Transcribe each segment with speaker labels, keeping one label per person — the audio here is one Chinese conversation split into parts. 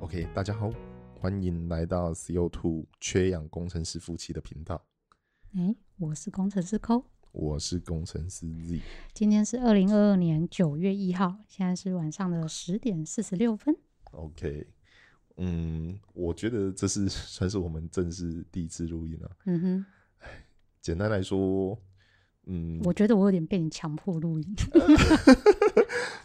Speaker 1: OK，大家好，欢迎来到 CO2 缺氧工程师夫妻的频道，
Speaker 2: 哎，我是工程师抠，
Speaker 1: 我是工程师 Z。
Speaker 2: 今天是二零二二年九月一号，现在是晚上的十点四十六分。
Speaker 1: OK，嗯，我觉得这是 算是我们正式第一次录音啊。
Speaker 2: 嗯哼，
Speaker 1: 简单来说，嗯，
Speaker 2: 我觉得我有点被你强迫录音。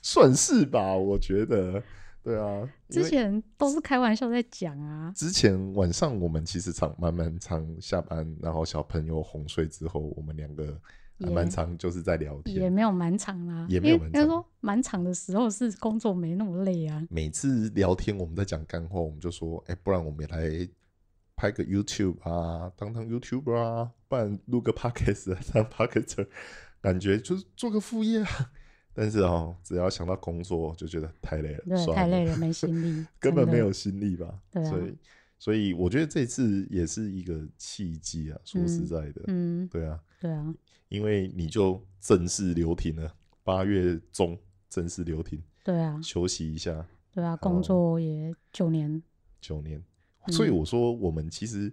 Speaker 1: 算是吧，我觉得，对啊，因
Speaker 2: 之
Speaker 1: 为
Speaker 2: 前都是开玩笑在讲啊，
Speaker 1: 之前晚上我们其实常慢慢常下班，然后小朋友哄睡之后，我们两个还
Speaker 2: 也
Speaker 1: 蛮常就是在聊
Speaker 2: 也
Speaker 1: 天。
Speaker 2: 没有满场啦，
Speaker 1: 也没有
Speaker 2: 因
Speaker 1: 满
Speaker 2: 为应
Speaker 1: 场
Speaker 2: 该说满场的时候是工作没那么累啊。
Speaker 1: 每次聊天我们在讲干货，我们就说，哎、不然我们也来拍个 YouTube 啊，当当 YouTuber 啊，不然录个 Podcast 啊当 Podcaster，感 觉就是做个副业啊。但是哦，只要想到工作，就觉得太累了，
Speaker 2: 对，
Speaker 1: 算
Speaker 2: 太累
Speaker 1: 了，
Speaker 2: 了，没心力
Speaker 1: 啊 ，根本
Speaker 2: 真的
Speaker 1: 没有。心力吧。
Speaker 2: 对啊
Speaker 1: 所以，所以我觉得这次也是一个契机啊。说实
Speaker 2: 嗯
Speaker 1: 在的，
Speaker 2: 嗯，
Speaker 1: 对啊，
Speaker 2: 对啊，
Speaker 1: 因为你就正式留停了，八月中正式留停，
Speaker 2: 对啊，
Speaker 1: 休息一下。
Speaker 2: 对啊，
Speaker 1: 哦
Speaker 2: 工作也九年，
Speaker 1: 九年，
Speaker 2: 嗯
Speaker 1: 所以我说我们其实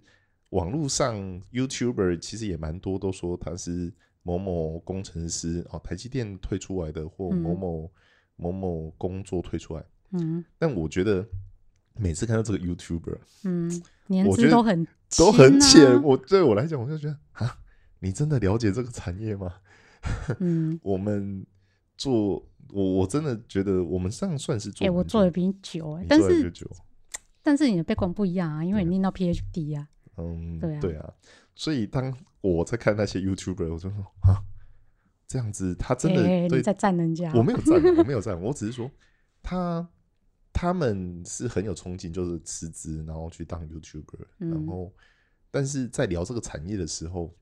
Speaker 1: 网络上 YouTuber 其实也蛮多都说他是某某工程师哦，台积电退出来的，或
Speaker 2: 嗯
Speaker 1: 某某、某某工作退出来。
Speaker 2: 嗯
Speaker 1: 但我觉得每次看到这个 YouTuber
Speaker 2: 嗯，年
Speaker 1: 我觉
Speaker 2: 资
Speaker 1: 得
Speaker 2: 都很
Speaker 1: 都很
Speaker 2: 轻
Speaker 1: 浅，
Speaker 2: 啊，
Speaker 1: 我对我来讲我就觉得啊，你真的了解这个产业吗？
Speaker 2: 嗯，
Speaker 1: 我们做我我真的觉得我们上算是做
Speaker 2: 哎，
Speaker 1: 蛮久，
Speaker 2: 我做的比你久哎
Speaker 1: 你，
Speaker 2: 但
Speaker 1: 做得比
Speaker 2: 是
Speaker 1: 较久
Speaker 2: 但是你的 background 不一样啊，因为
Speaker 1: 对
Speaker 2: 你念到 PhD 啊，
Speaker 1: 嗯，
Speaker 2: 对啊
Speaker 1: 所以当我在看那些 YouTuber，我就说啊，这样子他真的、
Speaker 2: 哎
Speaker 1: 对
Speaker 2: 你在赞人家，
Speaker 1: 我没有赞 啊，我没有赞，我只是说他他们是很有冲劲，就是辞职然后去当 YouTuber，、然
Speaker 2: 嗯
Speaker 1: 后但是在聊这个产业的时候，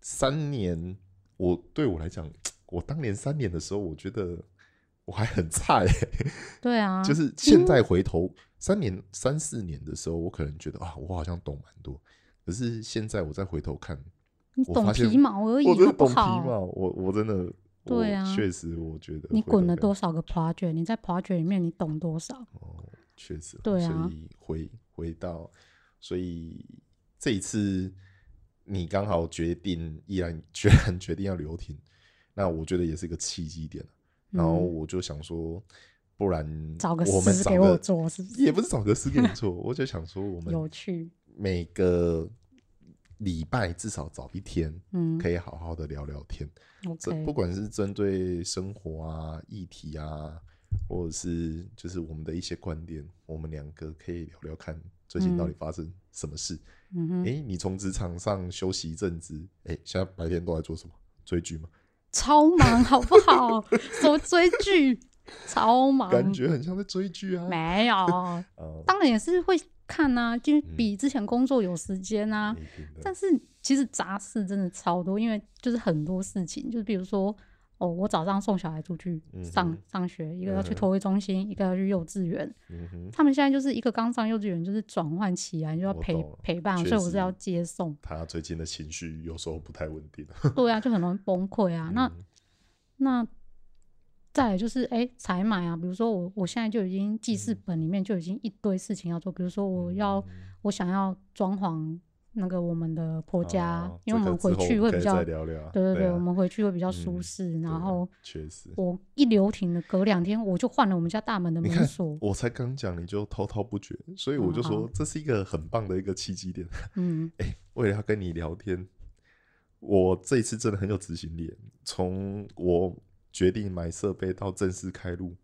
Speaker 1: 三年我对我来讲，我当年三年的时候，我觉得我还很菜、
Speaker 2: 对啊，
Speaker 1: 就是现在回头三年、三四年的时候，我可能觉得啊，我好像懂蛮多。可是现在我再回头看，
Speaker 2: 你
Speaker 1: 我
Speaker 2: 懂
Speaker 1: 发现
Speaker 2: 皮毛而已，
Speaker 1: 我真的
Speaker 2: 好不
Speaker 1: 懂皮
Speaker 2: 好？
Speaker 1: 毛，我我真的，我
Speaker 2: 对啊
Speaker 1: 确实我觉得
Speaker 2: 你
Speaker 1: 回
Speaker 2: 滚
Speaker 1: 头
Speaker 2: 了
Speaker 1: 看
Speaker 2: 多少个 project？你在 project 里面你懂多少？
Speaker 1: 哦，确实
Speaker 2: 对啊
Speaker 1: 所以回回到，所以这一次你刚好决定，依然决然决定要留停，那我觉得也是一个契机点。然后
Speaker 2: 嗯
Speaker 1: 我就想说，不然
Speaker 2: 找个
Speaker 1: 我们
Speaker 2: 师
Speaker 1: 找
Speaker 2: 给我
Speaker 1: 个
Speaker 2: 做是不是
Speaker 1: 也不是找个师给你做，我就想说 我们
Speaker 2: 有趣，
Speaker 1: 每个礼拜至少找一天，
Speaker 2: 嗯
Speaker 1: 可以好好的聊聊天。这不
Speaker 2: ，OK，
Speaker 1: 管是针对生活啊、议题啊，或者是就是我们的一些观点，我们两个可以聊聊看最近到底发生什么事。
Speaker 2: 嗯
Speaker 1: 诶，
Speaker 2: 哼，
Speaker 1: 你从职场上休息一阵子，诶，现在白天都在做什么？追剧吗？
Speaker 2: 超忙好不 好？什么追剧，超忙，
Speaker 1: 感觉很像在追剧啊。
Speaker 2: 嗯没有，
Speaker 1: 呃，
Speaker 2: 当然也是会看啊，就
Speaker 1: 嗯
Speaker 2: 比之前工作有时间啊，
Speaker 1: 一定的
Speaker 2: 但是其实杂事真的超多，因为就是很多事情，就是比如说，哦，我早上送小孩出去上、
Speaker 1: 嗯哼
Speaker 2: 上学，一个要
Speaker 1: 嗯哼
Speaker 2: 去托育中心，一个要去幼稚 园。
Speaker 1: 嗯哼，
Speaker 2: 他们现在就是一个刚上幼稚园，就是转换期啊，你就要
Speaker 1: 我
Speaker 2: 陪
Speaker 1: 懂了
Speaker 2: 陪伴啊，
Speaker 1: 确
Speaker 2: 所以我是要
Speaker 1: 实。
Speaker 2: 接送
Speaker 1: 他最近的情绪有时候不太稳定。
Speaker 2: 对啊，就很容易崩溃啊。那
Speaker 1: 嗯
Speaker 2: 那再来就是，哎、采买啊，比如说我我现在就已经记
Speaker 1: 嗯
Speaker 2: 事本里面就已经一堆事情要做，比如说我要、我想要装潢那个我们的婆家，
Speaker 1: 哦
Speaker 2: 因为我
Speaker 1: 这
Speaker 2: 们
Speaker 1: 个之
Speaker 2: 回
Speaker 1: 后
Speaker 2: 去
Speaker 1: 我
Speaker 2: 会
Speaker 1: 可
Speaker 2: 比
Speaker 1: 以
Speaker 2: 较
Speaker 1: 再聊聊啊。
Speaker 2: 对对对，
Speaker 1: 啊
Speaker 2: 我们回去会比较舒
Speaker 1: 嗯
Speaker 2: 适。
Speaker 1: 对啊
Speaker 2: 然后
Speaker 1: 确实，
Speaker 2: 我一留停的，隔两天我就换了我们家大门的
Speaker 1: 你
Speaker 2: 门
Speaker 1: 看
Speaker 2: 锁。
Speaker 1: 我才刚讲你就滔滔不绝，所以我
Speaker 2: 嗯
Speaker 1: 就说
Speaker 2: 好
Speaker 1: 这是一个很棒的一个契机点。
Speaker 2: 嗯，
Speaker 1: 哎为了要跟你聊天，我这一次真的很有执行力。从我决定买设备到正式开录，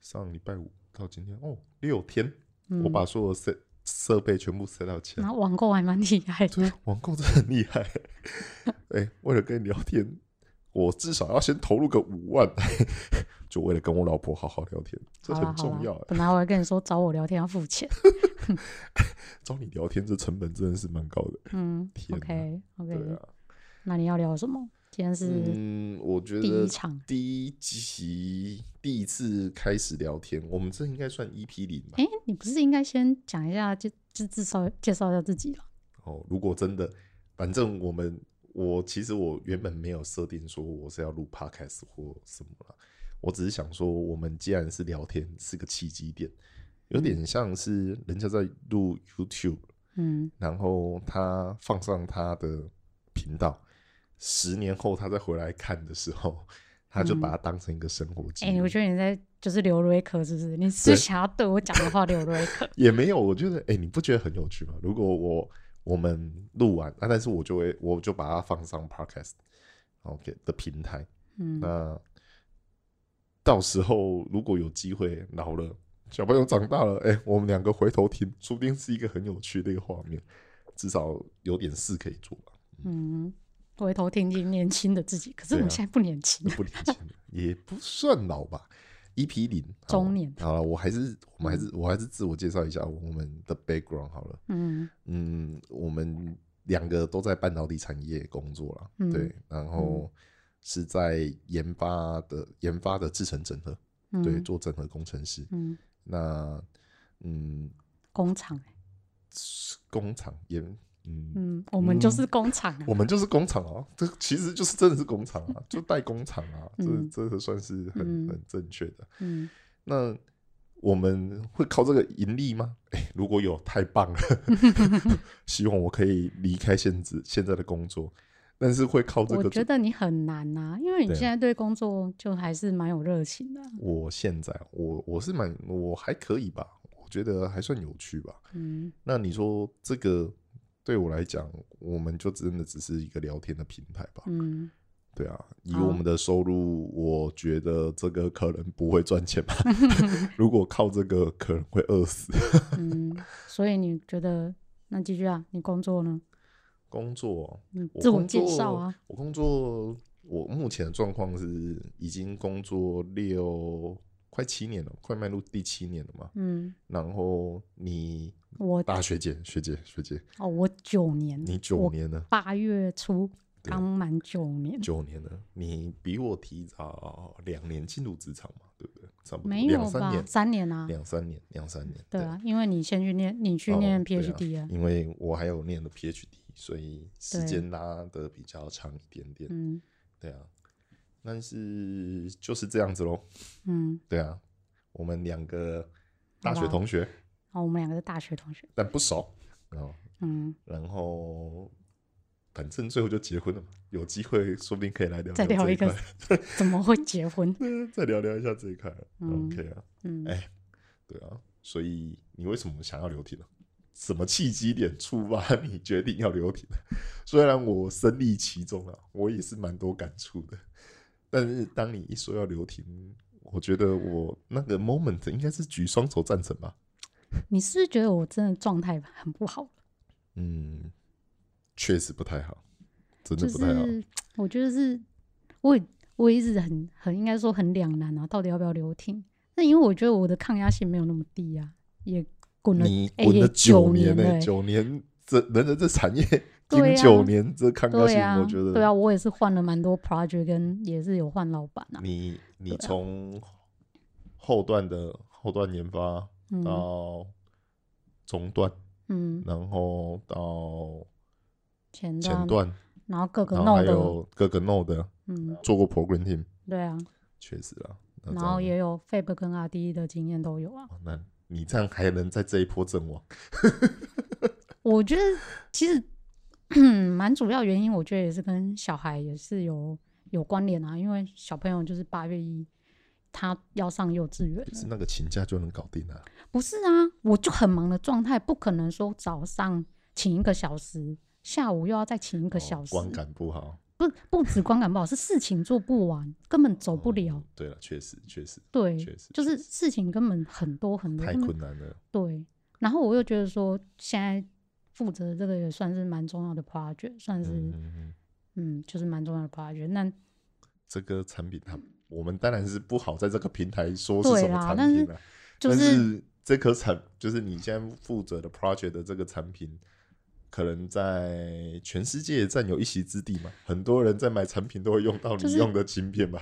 Speaker 1: 上礼拜五到今天哦，六天，
Speaker 2: 嗯
Speaker 1: 我把所有设设备全部塞到起来
Speaker 2: 然。后网购还蛮厉害的。
Speaker 1: 对啊，网购真的很厉害。 哎、为了跟你聊天，我至少要先投入个五万， 就为了跟我老婆好好聊天，这
Speaker 2: 好啦啊
Speaker 1: 很重要
Speaker 2: 好啦
Speaker 1: 欸。
Speaker 2: 本来我还跟你说找我聊天要付钱。
Speaker 1: 找你聊天，这成本真的是蛮高的。
Speaker 2: 嗯
Speaker 1: 天哪
Speaker 2: ，OK OK，、
Speaker 1: 对啊，
Speaker 2: 那你要聊什么？今天是
Speaker 1: 嗯，我觉
Speaker 2: 第
Speaker 1: 得
Speaker 2: 一场。
Speaker 1: 第一集第一次开始聊天，我们这应该算 EP 零吧？
Speaker 2: 哎、你不是应该先讲一下，就就至少介绍一下自己了？
Speaker 1: 哦，如果真的，反正我们我其实我原本没有设定说我是要录 podcast 或什么啦，我只是想说，我们既然是聊天，是个契机点，有点像是人家在录 YouTube，
Speaker 2: 嗯，
Speaker 1: 然后他放上他的频道，十年后他再回来看的时候，他就把它当成一个生活记
Speaker 2: 嗯哎、
Speaker 1: 录。
Speaker 2: 我觉得你在就是留瑞克，是不是？你是
Speaker 1: 对
Speaker 2: 想要对我讲的话留瑞克？
Speaker 1: 也没有，我觉得，哎、你不觉得很有趣吗？如果我我们录完，啊，但是我就会，我就把它放上 Podcast OK 的平台。
Speaker 2: 嗯，
Speaker 1: 那到时候如果有机会老了，小朋友长大了，哎、我们两个回头听，说不定是一个很有趣的一个画面。至少有点事可以做吧，
Speaker 2: 嗯，回头听听年轻的自己，可是
Speaker 1: 对
Speaker 2: 我
Speaker 1: 啊
Speaker 2: 现在不 年轻、
Speaker 1: 不年轻了也不算老吧。EP 零好了
Speaker 2: 中年
Speaker 1: 好了，我还是我们还是我还是自我介绍一下我们的 background 好了。
Speaker 2: 嗯
Speaker 1: 嗯，我们两个都在半导体产业工作啦，
Speaker 2: 嗯
Speaker 1: 对，然后是在研发的研发的制程整合，
Speaker 2: 嗯，
Speaker 1: 对，做整合工程师。
Speaker 2: 嗯，
Speaker 1: 那嗯，
Speaker 2: 工厂、欸，
Speaker 1: 工厂研，嗯，
Speaker 2: 嗯，我们就是工厂啊，
Speaker 1: 我们就是工厂啊，这其实就是真的是工厂啊，就代工厂啊，
Speaker 2: 嗯
Speaker 1: 这这个算是很
Speaker 2: 嗯
Speaker 1: 很正确的。
Speaker 2: 嗯，
Speaker 1: 那我们会靠这个盈利吗？哎、如果有，太棒 了！希望我可以离开现职现在的工作，但是会靠这
Speaker 2: 我
Speaker 1: 个
Speaker 2: 觉
Speaker 1: 做。
Speaker 2: 得你很难呐、因为你
Speaker 1: 对
Speaker 2: 现在对工作就还是蛮有热情的啊，
Speaker 1: 我现在我我是蛮我还可以吧，我觉得还算有趣吧。
Speaker 2: 嗯
Speaker 1: 那你说这个对我来讲，我们就真的只是一个聊天的平台吧？
Speaker 2: 嗯，哦
Speaker 1: 对啊，以
Speaker 2: 好
Speaker 1: 我们的收入，我觉得这个可能不会赚 钱吧。如果靠这个，可能会饿死。
Speaker 2: 嗯， 所以你觉得那继续啊？你工作呢？
Speaker 1: 工作，
Speaker 2: 嗯，
Speaker 1: 我
Speaker 2: 自我
Speaker 1: 工
Speaker 2: 介绍
Speaker 1: 作
Speaker 2: 啊。
Speaker 1: 我工作，我目前的状况是已经工作六快七年了，快迈入第七年了嘛。
Speaker 2: 嗯，
Speaker 1: 然后你
Speaker 2: 我
Speaker 1: 大学姐学姐学姐，
Speaker 2: 哦，我九年，
Speaker 1: 你九
Speaker 2: 我
Speaker 1: 年了，
Speaker 2: 八月初
Speaker 1: 对啊
Speaker 2: 刚满九年，
Speaker 1: 九年了，你比我提早两年进入职场嘛，对不对？差不多
Speaker 2: 没有
Speaker 1: 两三
Speaker 2: 吧？
Speaker 1: 年，
Speaker 2: 三年啊，
Speaker 1: 两三年，两三年。
Speaker 2: 对啊，因为你先去念，你去念
Speaker 1: 哦对啊
Speaker 2: PhD 啊，
Speaker 1: 因为我还有念的 PhD，所以时
Speaker 2: 对
Speaker 1: 间拉的比较长一点点。
Speaker 2: 嗯
Speaker 1: 对啊，但是就是这样子喽。
Speaker 2: 嗯，
Speaker 1: 对啊，我们两个大
Speaker 2: 好
Speaker 1: 学
Speaker 2: 吧
Speaker 1: 同学，
Speaker 2: 哦，我们两个是大学同学，
Speaker 1: 但不熟。哦，
Speaker 2: 嗯，
Speaker 1: 然后反正最后就结婚了嘛，有机会说不定可以来聊
Speaker 2: 再聊
Speaker 1: 这
Speaker 2: 一个
Speaker 1: 块，
Speaker 2: 怎么会结婚？
Speaker 1: 再聊聊一下这一块。
Speaker 2: 嗯
Speaker 1: OK 啊，
Speaker 2: 嗯，
Speaker 1: 哎对啊，所以你为什么想要留停呢？什么契机点触发你决定要留停？虽然我身历其中啊，我也是蛮多感触的，但是当你一说要留停，我觉得我那个 moment 应该是举双手赞成吧。
Speaker 2: 你是不是觉得我真的状态很不好？
Speaker 1: 嗯，确实不太好，真的
Speaker 2: 就
Speaker 1: 不太好。
Speaker 2: 是我觉得是，我也我一直很很应该说很两难啊，到底要不要留停？那因为我觉得我的抗压性没有那么低啊，也滚了，
Speaker 1: 你
Speaker 2: 哎
Speaker 1: 滚
Speaker 2: 也
Speaker 1: 了
Speaker 2: 九
Speaker 1: 年
Speaker 2: 了
Speaker 1: 呢、
Speaker 2: 欸
Speaker 1: 九年这人人这产业经
Speaker 2: 对啊
Speaker 1: 九年，这抗压
Speaker 2: 对
Speaker 1: 性，
Speaker 2: 啊，
Speaker 1: 我觉得
Speaker 2: 对啊，我也是换了蛮多 project，跟也是有换老板啊，
Speaker 1: 你你从后段的后段研发
Speaker 2: 嗯
Speaker 1: 到中段，
Speaker 2: 嗯，
Speaker 1: 然后到
Speaker 2: 前
Speaker 1: 前
Speaker 2: 段，
Speaker 1: 段，
Speaker 2: 然后各个
Speaker 1: 然后还
Speaker 2: 弄的，
Speaker 1: 有各个 Node
Speaker 2: 嗯，
Speaker 1: 做过 Program Team，
Speaker 2: 对啊，
Speaker 1: 确实啊。那
Speaker 2: 然
Speaker 1: 这样
Speaker 2: 后也有 Fab 跟 RD 的经验都有啊。
Speaker 1: 哇那你这样还能在这一波阵亡，
Speaker 2: 我觉得其实 蛮主要原因，我觉得也是跟小孩也是有有关联啊，因为小朋友就是八月一。他要上幼稚园了，
Speaker 1: 是那个请假就能搞定啊？
Speaker 2: 不是啊？我就很忙的状态，不可能说早上请一个小时，下午又要再请一个
Speaker 1: 哦
Speaker 2: 小时，
Speaker 1: 观感不好，
Speaker 2: 不不止观感不好，是事情做不完，根本走不
Speaker 1: 哦
Speaker 2: 了。
Speaker 1: 对了，确实确实
Speaker 2: 对
Speaker 1: 确实，
Speaker 2: 就是
Speaker 1: 确实
Speaker 2: 事情根本很多很多，
Speaker 1: 太
Speaker 2: 根本
Speaker 1: 困难了。
Speaker 2: 对，然后我又觉得说，现在负责这个也算是蛮重要的 project，算是
Speaker 1: 嗯
Speaker 2: 嗯
Speaker 1: 嗯嗯，
Speaker 2: 就是蛮重要的 project。那
Speaker 1: 这个产品它，我们当然是不好在这个平台说是
Speaker 2: 对
Speaker 1: 什么
Speaker 2: 啦
Speaker 1: 产
Speaker 2: 但
Speaker 1: 品
Speaker 2: 是
Speaker 1: 了、
Speaker 2: 就
Speaker 1: 但
Speaker 2: 是
Speaker 1: 是这颗产，就是你现在负责的 project 的这个产品，可能在全世界占有一席之地嘛。很多人在买产品都会用到
Speaker 2: 就
Speaker 1: 你
Speaker 2: 是
Speaker 1: 用的芯片吧。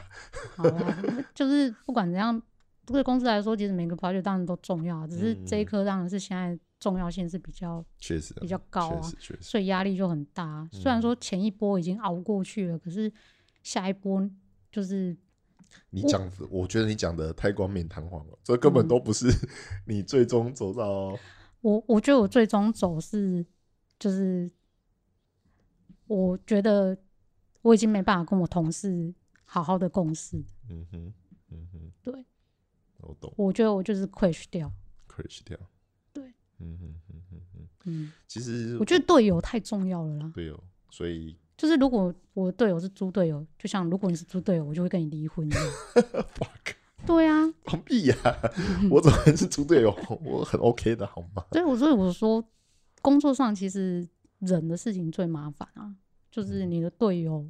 Speaker 2: 好啦， 就是不管怎样，对公司来说，其实每个 project 当然都重要啊，只是这
Speaker 1: 嗯
Speaker 2: 一颗当然是现在重要性是比较，
Speaker 1: 确实啊、
Speaker 2: 比较高啊
Speaker 1: 确实确实。
Speaker 2: 所以压力就很大啊。虽然
Speaker 1: 嗯
Speaker 2: 说前一波已经熬过去了，可是下一波就是
Speaker 1: 你讲的，我觉得你讲的太冠冕堂皇了，这根本
Speaker 2: 嗯
Speaker 1: 都不是 你最终走到
Speaker 2: 我我觉得我最终走是，就是我觉得我已经没办法跟我同事好好的共事，
Speaker 1: 嗯哼，嗯哼，
Speaker 2: 对，
Speaker 1: 我懂
Speaker 2: 我觉得我就是 crash 掉。
Speaker 1: ，crash 掉，
Speaker 2: 对，
Speaker 1: 嗯哼嗯哼嗯哼，
Speaker 2: 嗯，
Speaker 1: 其实
Speaker 2: 我觉得队友太重要了啦。
Speaker 1: 对哦，所以
Speaker 2: 就是如果我的队友是猪队友，就像如果你是猪队友，我就会跟你离婚一样。
Speaker 1: fuck
Speaker 2: 对啊，
Speaker 1: 放屁 呀，我怎么能是猪队友？我很 OK 的好吗？
Speaker 2: 所以我所以我说，工作上其实人的事情最麻烦啊，就是你的队友，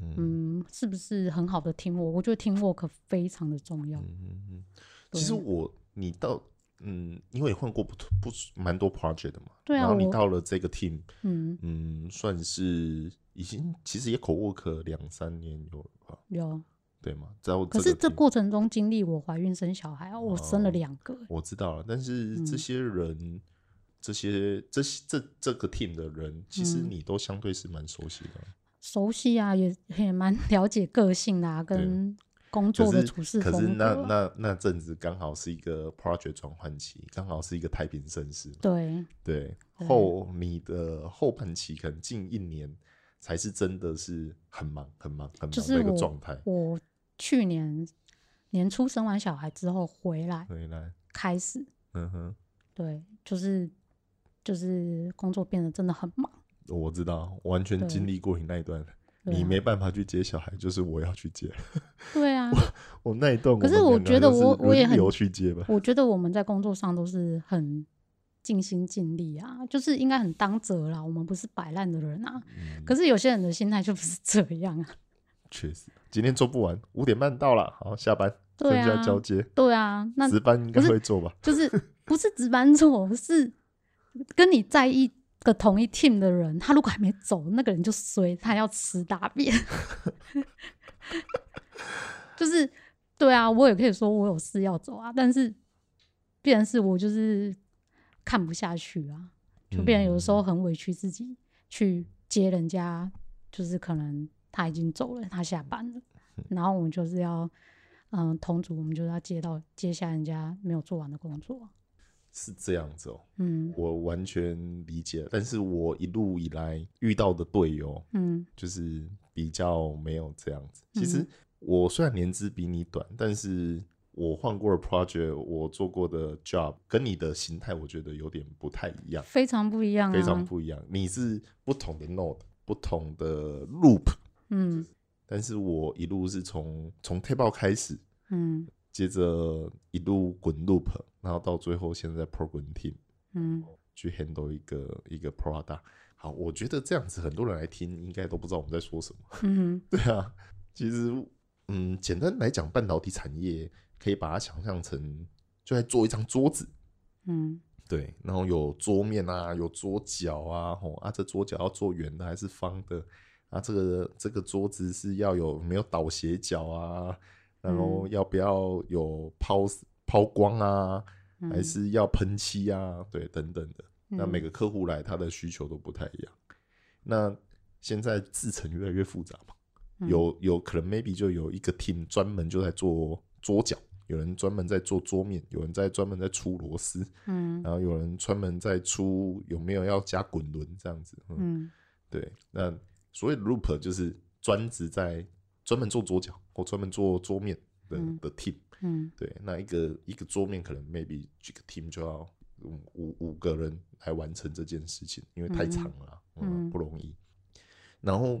Speaker 1: 嗯
Speaker 2: 嗯，是不是很好的 team work？我觉得 team work 非常的重要。
Speaker 1: 嗯嗯嗯，
Speaker 2: 对
Speaker 1: 其实我你到嗯，因为你换过不不蛮多 project 的嘛，
Speaker 2: 对啊
Speaker 1: 然后你
Speaker 2: 我
Speaker 1: 到了这个 team，
Speaker 2: 嗯，
Speaker 1: 嗯，算是已经其实也口 work 两三年有了吧，
Speaker 2: 有。
Speaker 1: 对吗？在我
Speaker 2: 可是这
Speaker 1: team
Speaker 2: 过程中经历我怀孕生小孩，哦我生了
Speaker 1: 哦
Speaker 2: 两个欸，
Speaker 1: 我知道了，但是这
Speaker 2: 嗯
Speaker 1: 些人，这些这些这这个 team 的人，其实
Speaker 2: 嗯
Speaker 1: 你都相对是蛮熟悉的啊。
Speaker 2: 熟悉啊，也也蛮 了解个性啊，跟工
Speaker 1: 可
Speaker 2: 作的
Speaker 1: 是
Speaker 2: 处事
Speaker 1: 可是
Speaker 2: 风格
Speaker 1: 那
Speaker 2: 啊。
Speaker 1: 那那阵子刚好是一个 project 转换期，刚好是一个太平盛世嘛。
Speaker 2: 对，
Speaker 1: 对，
Speaker 2: 对
Speaker 1: 后你的后半期可能近一年才是真的是很忙很忙很
Speaker 2: 就
Speaker 1: 忙
Speaker 2: 是
Speaker 1: 的一个
Speaker 2: 我
Speaker 1: 状态。
Speaker 2: 我去年年初生完小孩之后回来
Speaker 1: 回来，
Speaker 2: 开始，
Speaker 1: 嗯哼，
Speaker 2: 对，就是就是工作变得真的很忙。
Speaker 1: 我知道，完全
Speaker 2: 对
Speaker 1: 经历过你那一段。
Speaker 2: 对
Speaker 1: 你
Speaker 2: 啊
Speaker 1: 没办法去接小孩，就是我要去接。
Speaker 2: 对啊，
Speaker 1: 我那一段们两个
Speaker 2: 可
Speaker 1: 就
Speaker 2: 是
Speaker 1: 是
Speaker 2: 我觉得我我也
Speaker 1: 轮
Speaker 2: 很
Speaker 1: 流去接吧。
Speaker 2: 我觉得我们在工作上都是很尽心尽力啊，就是应该很当责啦。我们不是摆烂的人啊，
Speaker 1: 嗯
Speaker 2: 可是有些人的心态就不是这样啊。
Speaker 1: 确实，今天做不完，五点半到了，好下班，
Speaker 2: 对
Speaker 1: 剩下
Speaker 2: 啊
Speaker 1: 交接，
Speaker 2: 对啊，那
Speaker 1: 值班应该会做吧？
Speaker 2: 就是不是值班错，是跟你在一个同一 team 的人，他如果还没走，那个人就衰，他要吃大便。 就是对啊，我也可以说我有事要走啊，但是必然是我就是看不下去啊，就变
Speaker 1: 嗯
Speaker 2: 成有的时候很委屈自己去接人家，就是可能他已经走了，他下班 了，然后我们就是要。嗯，同组我们就是要接到接下人家没有做完的工作。
Speaker 1: 是这样子哦，
Speaker 2: 嗯
Speaker 1: 我完全理解。但是我一路以来遇到的队友，
Speaker 2: 嗯
Speaker 1: 就是比较没有这样子。其
Speaker 2: 嗯
Speaker 1: 实我虽然年资比你短，但是我换过的 project，我做过的 job 跟你的形态，我觉得有点不太一样，
Speaker 2: 非常不一样啊，
Speaker 1: 非常不一样。你是不同的 node，不同的 loop，
Speaker 2: 嗯
Speaker 1: 但是我一路是从从 table 开始，
Speaker 2: 嗯
Speaker 1: 接着一路滚 loop，然后到最后现在 program team
Speaker 2: 嗯，
Speaker 1: 去 handle 一个一个 product。好，我觉得这样子很多人来听应该都不知道我们在说什么。
Speaker 2: 嗯
Speaker 1: 对啊，其实嗯，简单来讲，半导体产业可以把它想象成就在做一张桌子。
Speaker 2: 嗯
Speaker 1: 对，然后有桌面啊，有桌角啊，吼啊，这桌角要做圆的还是方的？啊，这个这个桌子是要有没有倒斜角啊？然后
Speaker 2: 嗯
Speaker 1: 要不要有抛抛光啊？
Speaker 2: 嗯，
Speaker 1: 还是要喷漆啊？对，等等的。那每
Speaker 2: 嗯
Speaker 1: 个客户来，他的需求都不太一样。那现在制程越来越复杂嘛，
Speaker 2: 嗯
Speaker 1: 有有可能 maybe 就有一个 team 专门就在做桌角，有人专门在做桌面，有人在专门在出螺丝，
Speaker 2: 嗯
Speaker 1: 然后有人专门在出有没有要加滚轮这样子。嗯，
Speaker 2: 嗯
Speaker 1: 对。那所谓的 loop 就是专职在专门做桌角或专门做桌面的、
Speaker 2: 嗯
Speaker 1: 的 team。
Speaker 2: 嗯
Speaker 1: 对，那一个一个桌面可能 maybe 这个 team 就要嗯五五个人来完成这件事情，因为太
Speaker 2: 嗯
Speaker 1: 长了啊，嗯
Speaker 2: 嗯
Speaker 1: 不容易。然后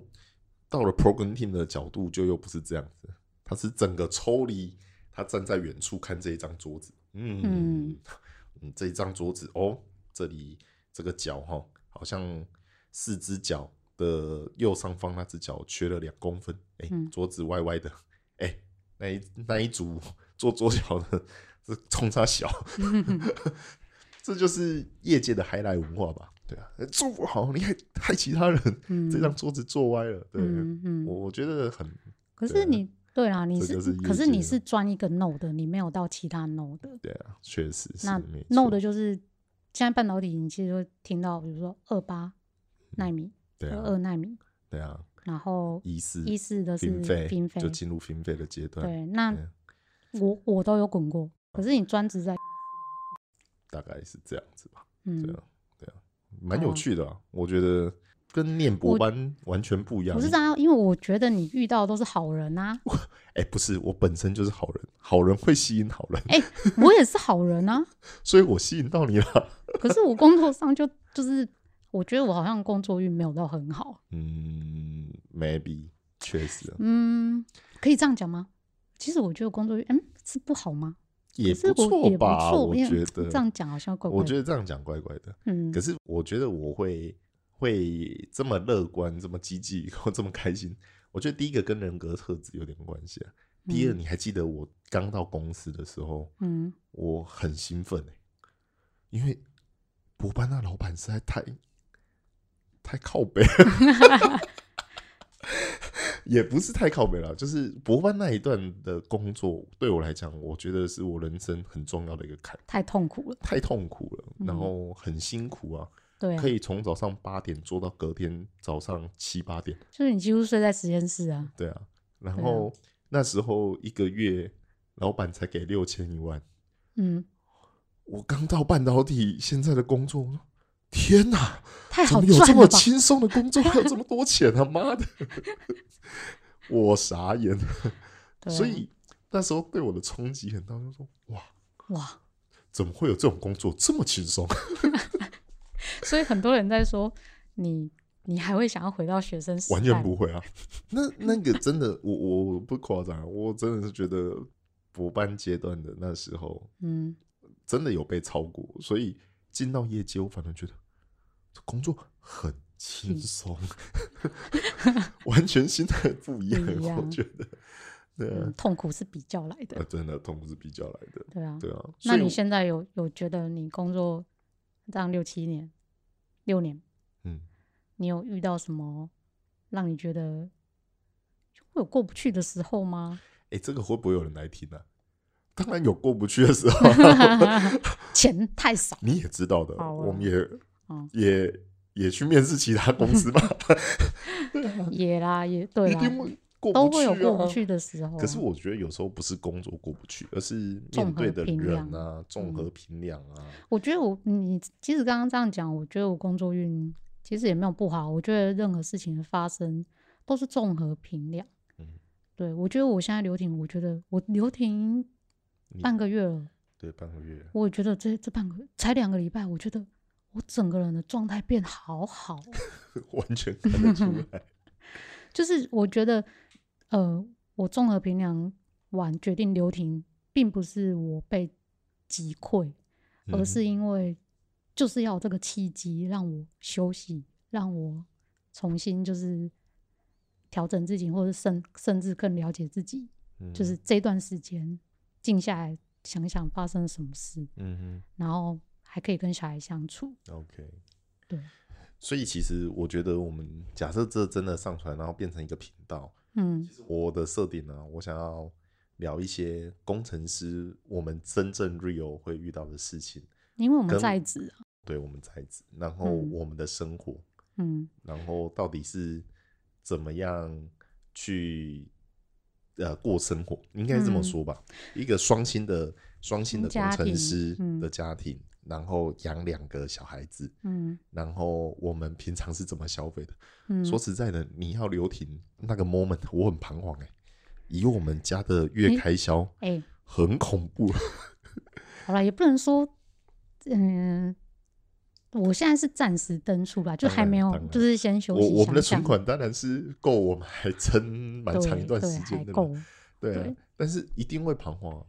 Speaker 1: 到了 program team 的角度，就又不是这样子，他是整个抽离，他站在远处看这一张桌子，嗯嗯
Speaker 2: 嗯
Speaker 1: 这一张桌子哦，这里这个角哈，好像四只脚的右上方那只脚缺了两公分，哎、
Speaker 2: 嗯
Speaker 1: 桌子歪歪的，哎、那一那一组做桌角的， 这冲他 小， 这就是业界的海来文化吧？对啊，做不好你还害其他人，
Speaker 2: 嗯，
Speaker 1: 这张桌子做歪了。对，
Speaker 2: 嗯嗯，
Speaker 1: 我我觉得很
Speaker 2: 可
Speaker 1: 对
Speaker 2: 是
Speaker 1: 啊
Speaker 2: 你对啦，你
Speaker 1: 这
Speaker 2: 是
Speaker 1: 就是
Speaker 2: 可
Speaker 1: 业
Speaker 2: 是
Speaker 1: 界
Speaker 2: 你
Speaker 1: 了
Speaker 2: 是专一个 no 的，你没有到其他 no 的，
Speaker 1: 对啊，确实是
Speaker 2: 那
Speaker 1: 没错
Speaker 2: no 的就是现在半导体，你其实会听到，比如说二八纳米、
Speaker 1: 嗯对
Speaker 2: 二
Speaker 1: 啊
Speaker 2: 二，纳米，
Speaker 1: 对啊，
Speaker 2: 然后
Speaker 1: 医师、
Speaker 2: 医师的是
Speaker 1: 嫔妃，
Speaker 2: 嫔妃
Speaker 1: 就进入嫔妃的阶段，
Speaker 2: 对，那
Speaker 1: 嗯
Speaker 2: 我我都有滚过，可是你专职在
Speaker 1: 大概是这样子吧。
Speaker 2: 嗯
Speaker 1: 对，啊，对啊，蛮
Speaker 2: 哦
Speaker 1: 有趣的、啊，我觉得跟念博
Speaker 2: 我
Speaker 1: 班完全不一样。
Speaker 2: 我是这样，因为我觉得你遇到的都是好人啊，
Speaker 1: 哎、不是，我本身就是好人，好人会吸引好人，
Speaker 2: 我也是好人啊，
Speaker 1: 所以我吸引到你了。
Speaker 2: 可是我工作上就就是我觉得我好像工作运没有到很好，
Speaker 1: 嗯，maybe 确实啊
Speaker 2: 嗯，可以这样讲吗？其实我觉得工作运嗯是不好吗？
Speaker 1: 也
Speaker 2: 可是
Speaker 1: 不
Speaker 2: 我也
Speaker 1: 错
Speaker 2: 不
Speaker 1: 吧，
Speaker 2: 错，
Speaker 1: 我
Speaker 2: 因
Speaker 1: 觉
Speaker 2: 为
Speaker 1: 得
Speaker 2: 这样讲好像怪怪的，
Speaker 1: 我觉得这样讲怪怪的。
Speaker 2: 嗯
Speaker 1: 可是我觉得我会会这么乐观、这么积极、然后这么开心，我觉得第一个跟人格特质有点关系啊。第二，
Speaker 2: 嗯
Speaker 1: 你还记得我刚到公司的时候，
Speaker 2: 嗯
Speaker 1: 我很兴奋、欸、因为博班那老板实在太太靠北了， 也不是太靠北了，就是博班那一段的工作对我来讲，我觉得是我人生很重要的一个坎，
Speaker 2: 太痛苦了，
Speaker 1: 太痛苦了，
Speaker 2: 嗯
Speaker 1: 然后很辛苦啊，
Speaker 2: 对啊
Speaker 1: 可，以从早上八点做到隔天早上七八点，
Speaker 2: 就是你几乎睡在实验室啊，
Speaker 1: 对啊，然
Speaker 2: 对啊
Speaker 1: 后那时候一个月老板才给六千一万。
Speaker 2: 嗯，
Speaker 1: 我刚到半导体现在的工作，我说天哪，
Speaker 2: 太
Speaker 1: 怎
Speaker 2: 好
Speaker 1: 么有这
Speaker 2: 赚
Speaker 1: 么
Speaker 2: 了吧？
Speaker 1: 轻松的工作，还有这么多钱啊？妈的， 我傻眼了。
Speaker 2: 对啊
Speaker 1: 所以那时候对我的冲击很大，就说哇，
Speaker 2: 哇，
Speaker 1: 怎么会有这种工作这么轻 松？
Speaker 2: 所以很多人在说你，你还会想要回到学生时代？
Speaker 1: 完全不会啊！那那个真的，我我我不夸张，啊我真的是觉得博班阶段的那时候，
Speaker 2: 嗯，
Speaker 1: 真的有被超过，所以进到业界，我反而觉得这工作很轻松， 完全心态不一样。
Speaker 2: 嗯不一样
Speaker 1: 我觉得，对啊，
Speaker 2: 嗯痛苦是比较来的
Speaker 1: 呃，，真的痛苦是比较来的，
Speaker 2: 对啊。
Speaker 1: 对啊。
Speaker 2: 那
Speaker 1: 所以
Speaker 2: 你
Speaker 1: 我
Speaker 2: 现在有有觉得你工作这样六七年、六年，
Speaker 1: 嗯，
Speaker 2: 你有遇到什么让你觉得会有过不去的时 候吗？
Speaker 1: 哎、这个会不会有人来听呢、啊？当然有过不去的时候，啊
Speaker 2: 钱太少，
Speaker 1: 你也知道的，
Speaker 2: 好啊
Speaker 1: 我们也、
Speaker 2: 嗯
Speaker 1: 也也去面试其他公司嘛，
Speaker 2: 也啦，也 对
Speaker 1: 一
Speaker 2: 啦，
Speaker 1: 定会过
Speaker 2: 都
Speaker 1: 不
Speaker 2: 会
Speaker 1: 去、啊、
Speaker 2: 有过不去的时候啊。
Speaker 1: 可是我觉得有时候不是工作过不去，而是面对的人啊，
Speaker 2: 综合评
Speaker 1: 综
Speaker 2: 量嗯
Speaker 1: 合评量啊，
Speaker 2: 我觉得我你其实刚刚这样讲，我觉得我工作运其实也没有不好。我觉得任何事情的发生都是综合评量。
Speaker 1: 嗯
Speaker 2: 对，我觉得我现在留停，我觉得我留停
Speaker 1: 你
Speaker 2: 半个月了，
Speaker 1: 对半个月，
Speaker 2: 我也觉得这这半个才两个礼拜，我觉得我整个人的状态变好好哦，
Speaker 1: 完全看得出 来。
Speaker 2: 就是我觉得呃，我综合评量完决定留停，并不是我被击溃，
Speaker 1: 嗯
Speaker 2: 而是因为就是要有这个契机让我休息，让我重新就是调整自己，或者甚甚至更了解自己。
Speaker 1: 嗯
Speaker 2: 就是这段时间静下来想想发生了什么事，
Speaker 1: 嗯
Speaker 2: 然后还可以跟小孩相处。
Speaker 1: 哼，OK，
Speaker 2: 对，
Speaker 1: 所以其实我觉得我们假设这真的上传，然后变成一个频道，
Speaker 2: 嗯
Speaker 1: 其实我的设定呢、我想要聊一些工程师我们真正 real 会遇到的事情，
Speaker 2: 因为我们
Speaker 1: 跟
Speaker 2: 在职啊，
Speaker 1: 对我们在职，然后
Speaker 2: 嗯
Speaker 1: 我们的生活，
Speaker 2: 嗯
Speaker 1: 然后到底是怎么样去呃过生活，应该是这么说吧。一个双薪的双薪的工程师
Speaker 2: 嗯家庭嗯
Speaker 1: 的家庭，然后养两个小孩子，
Speaker 2: 嗯
Speaker 1: 然后我们平常是怎么消费的？
Speaker 2: 嗯，
Speaker 1: 说实在的，你要留停那个 moment，我很彷徨哎、以我们家的月
Speaker 2: 你
Speaker 1: 开销，
Speaker 2: 哎、
Speaker 1: 很恐怖。
Speaker 2: 好了，也不能说，嗯、我现在是暂时登出啦，就
Speaker 1: 当
Speaker 2: 还没
Speaker 1: 然
Speaker 2: 有
Speaker 1: 当，然
Speaker 2: 就是先休
Speaker 1: 我
Speaker 2: 息
Speaker 1: 我们的存
Speaker 2: 想想
Speaker 1: 款当然是够我们还撑蛮长一
Speaker 2: 对
Speaker 1: 段
Speaker 2: 对
Speaker 1: 时
Speaker 2: 还
Speaker 1: 间的嘛，
Speaker 2: 够，
Speaker 1: 对啊
Speaker 2: 对，
Speaker 1: 但是一定会彷徨、啊。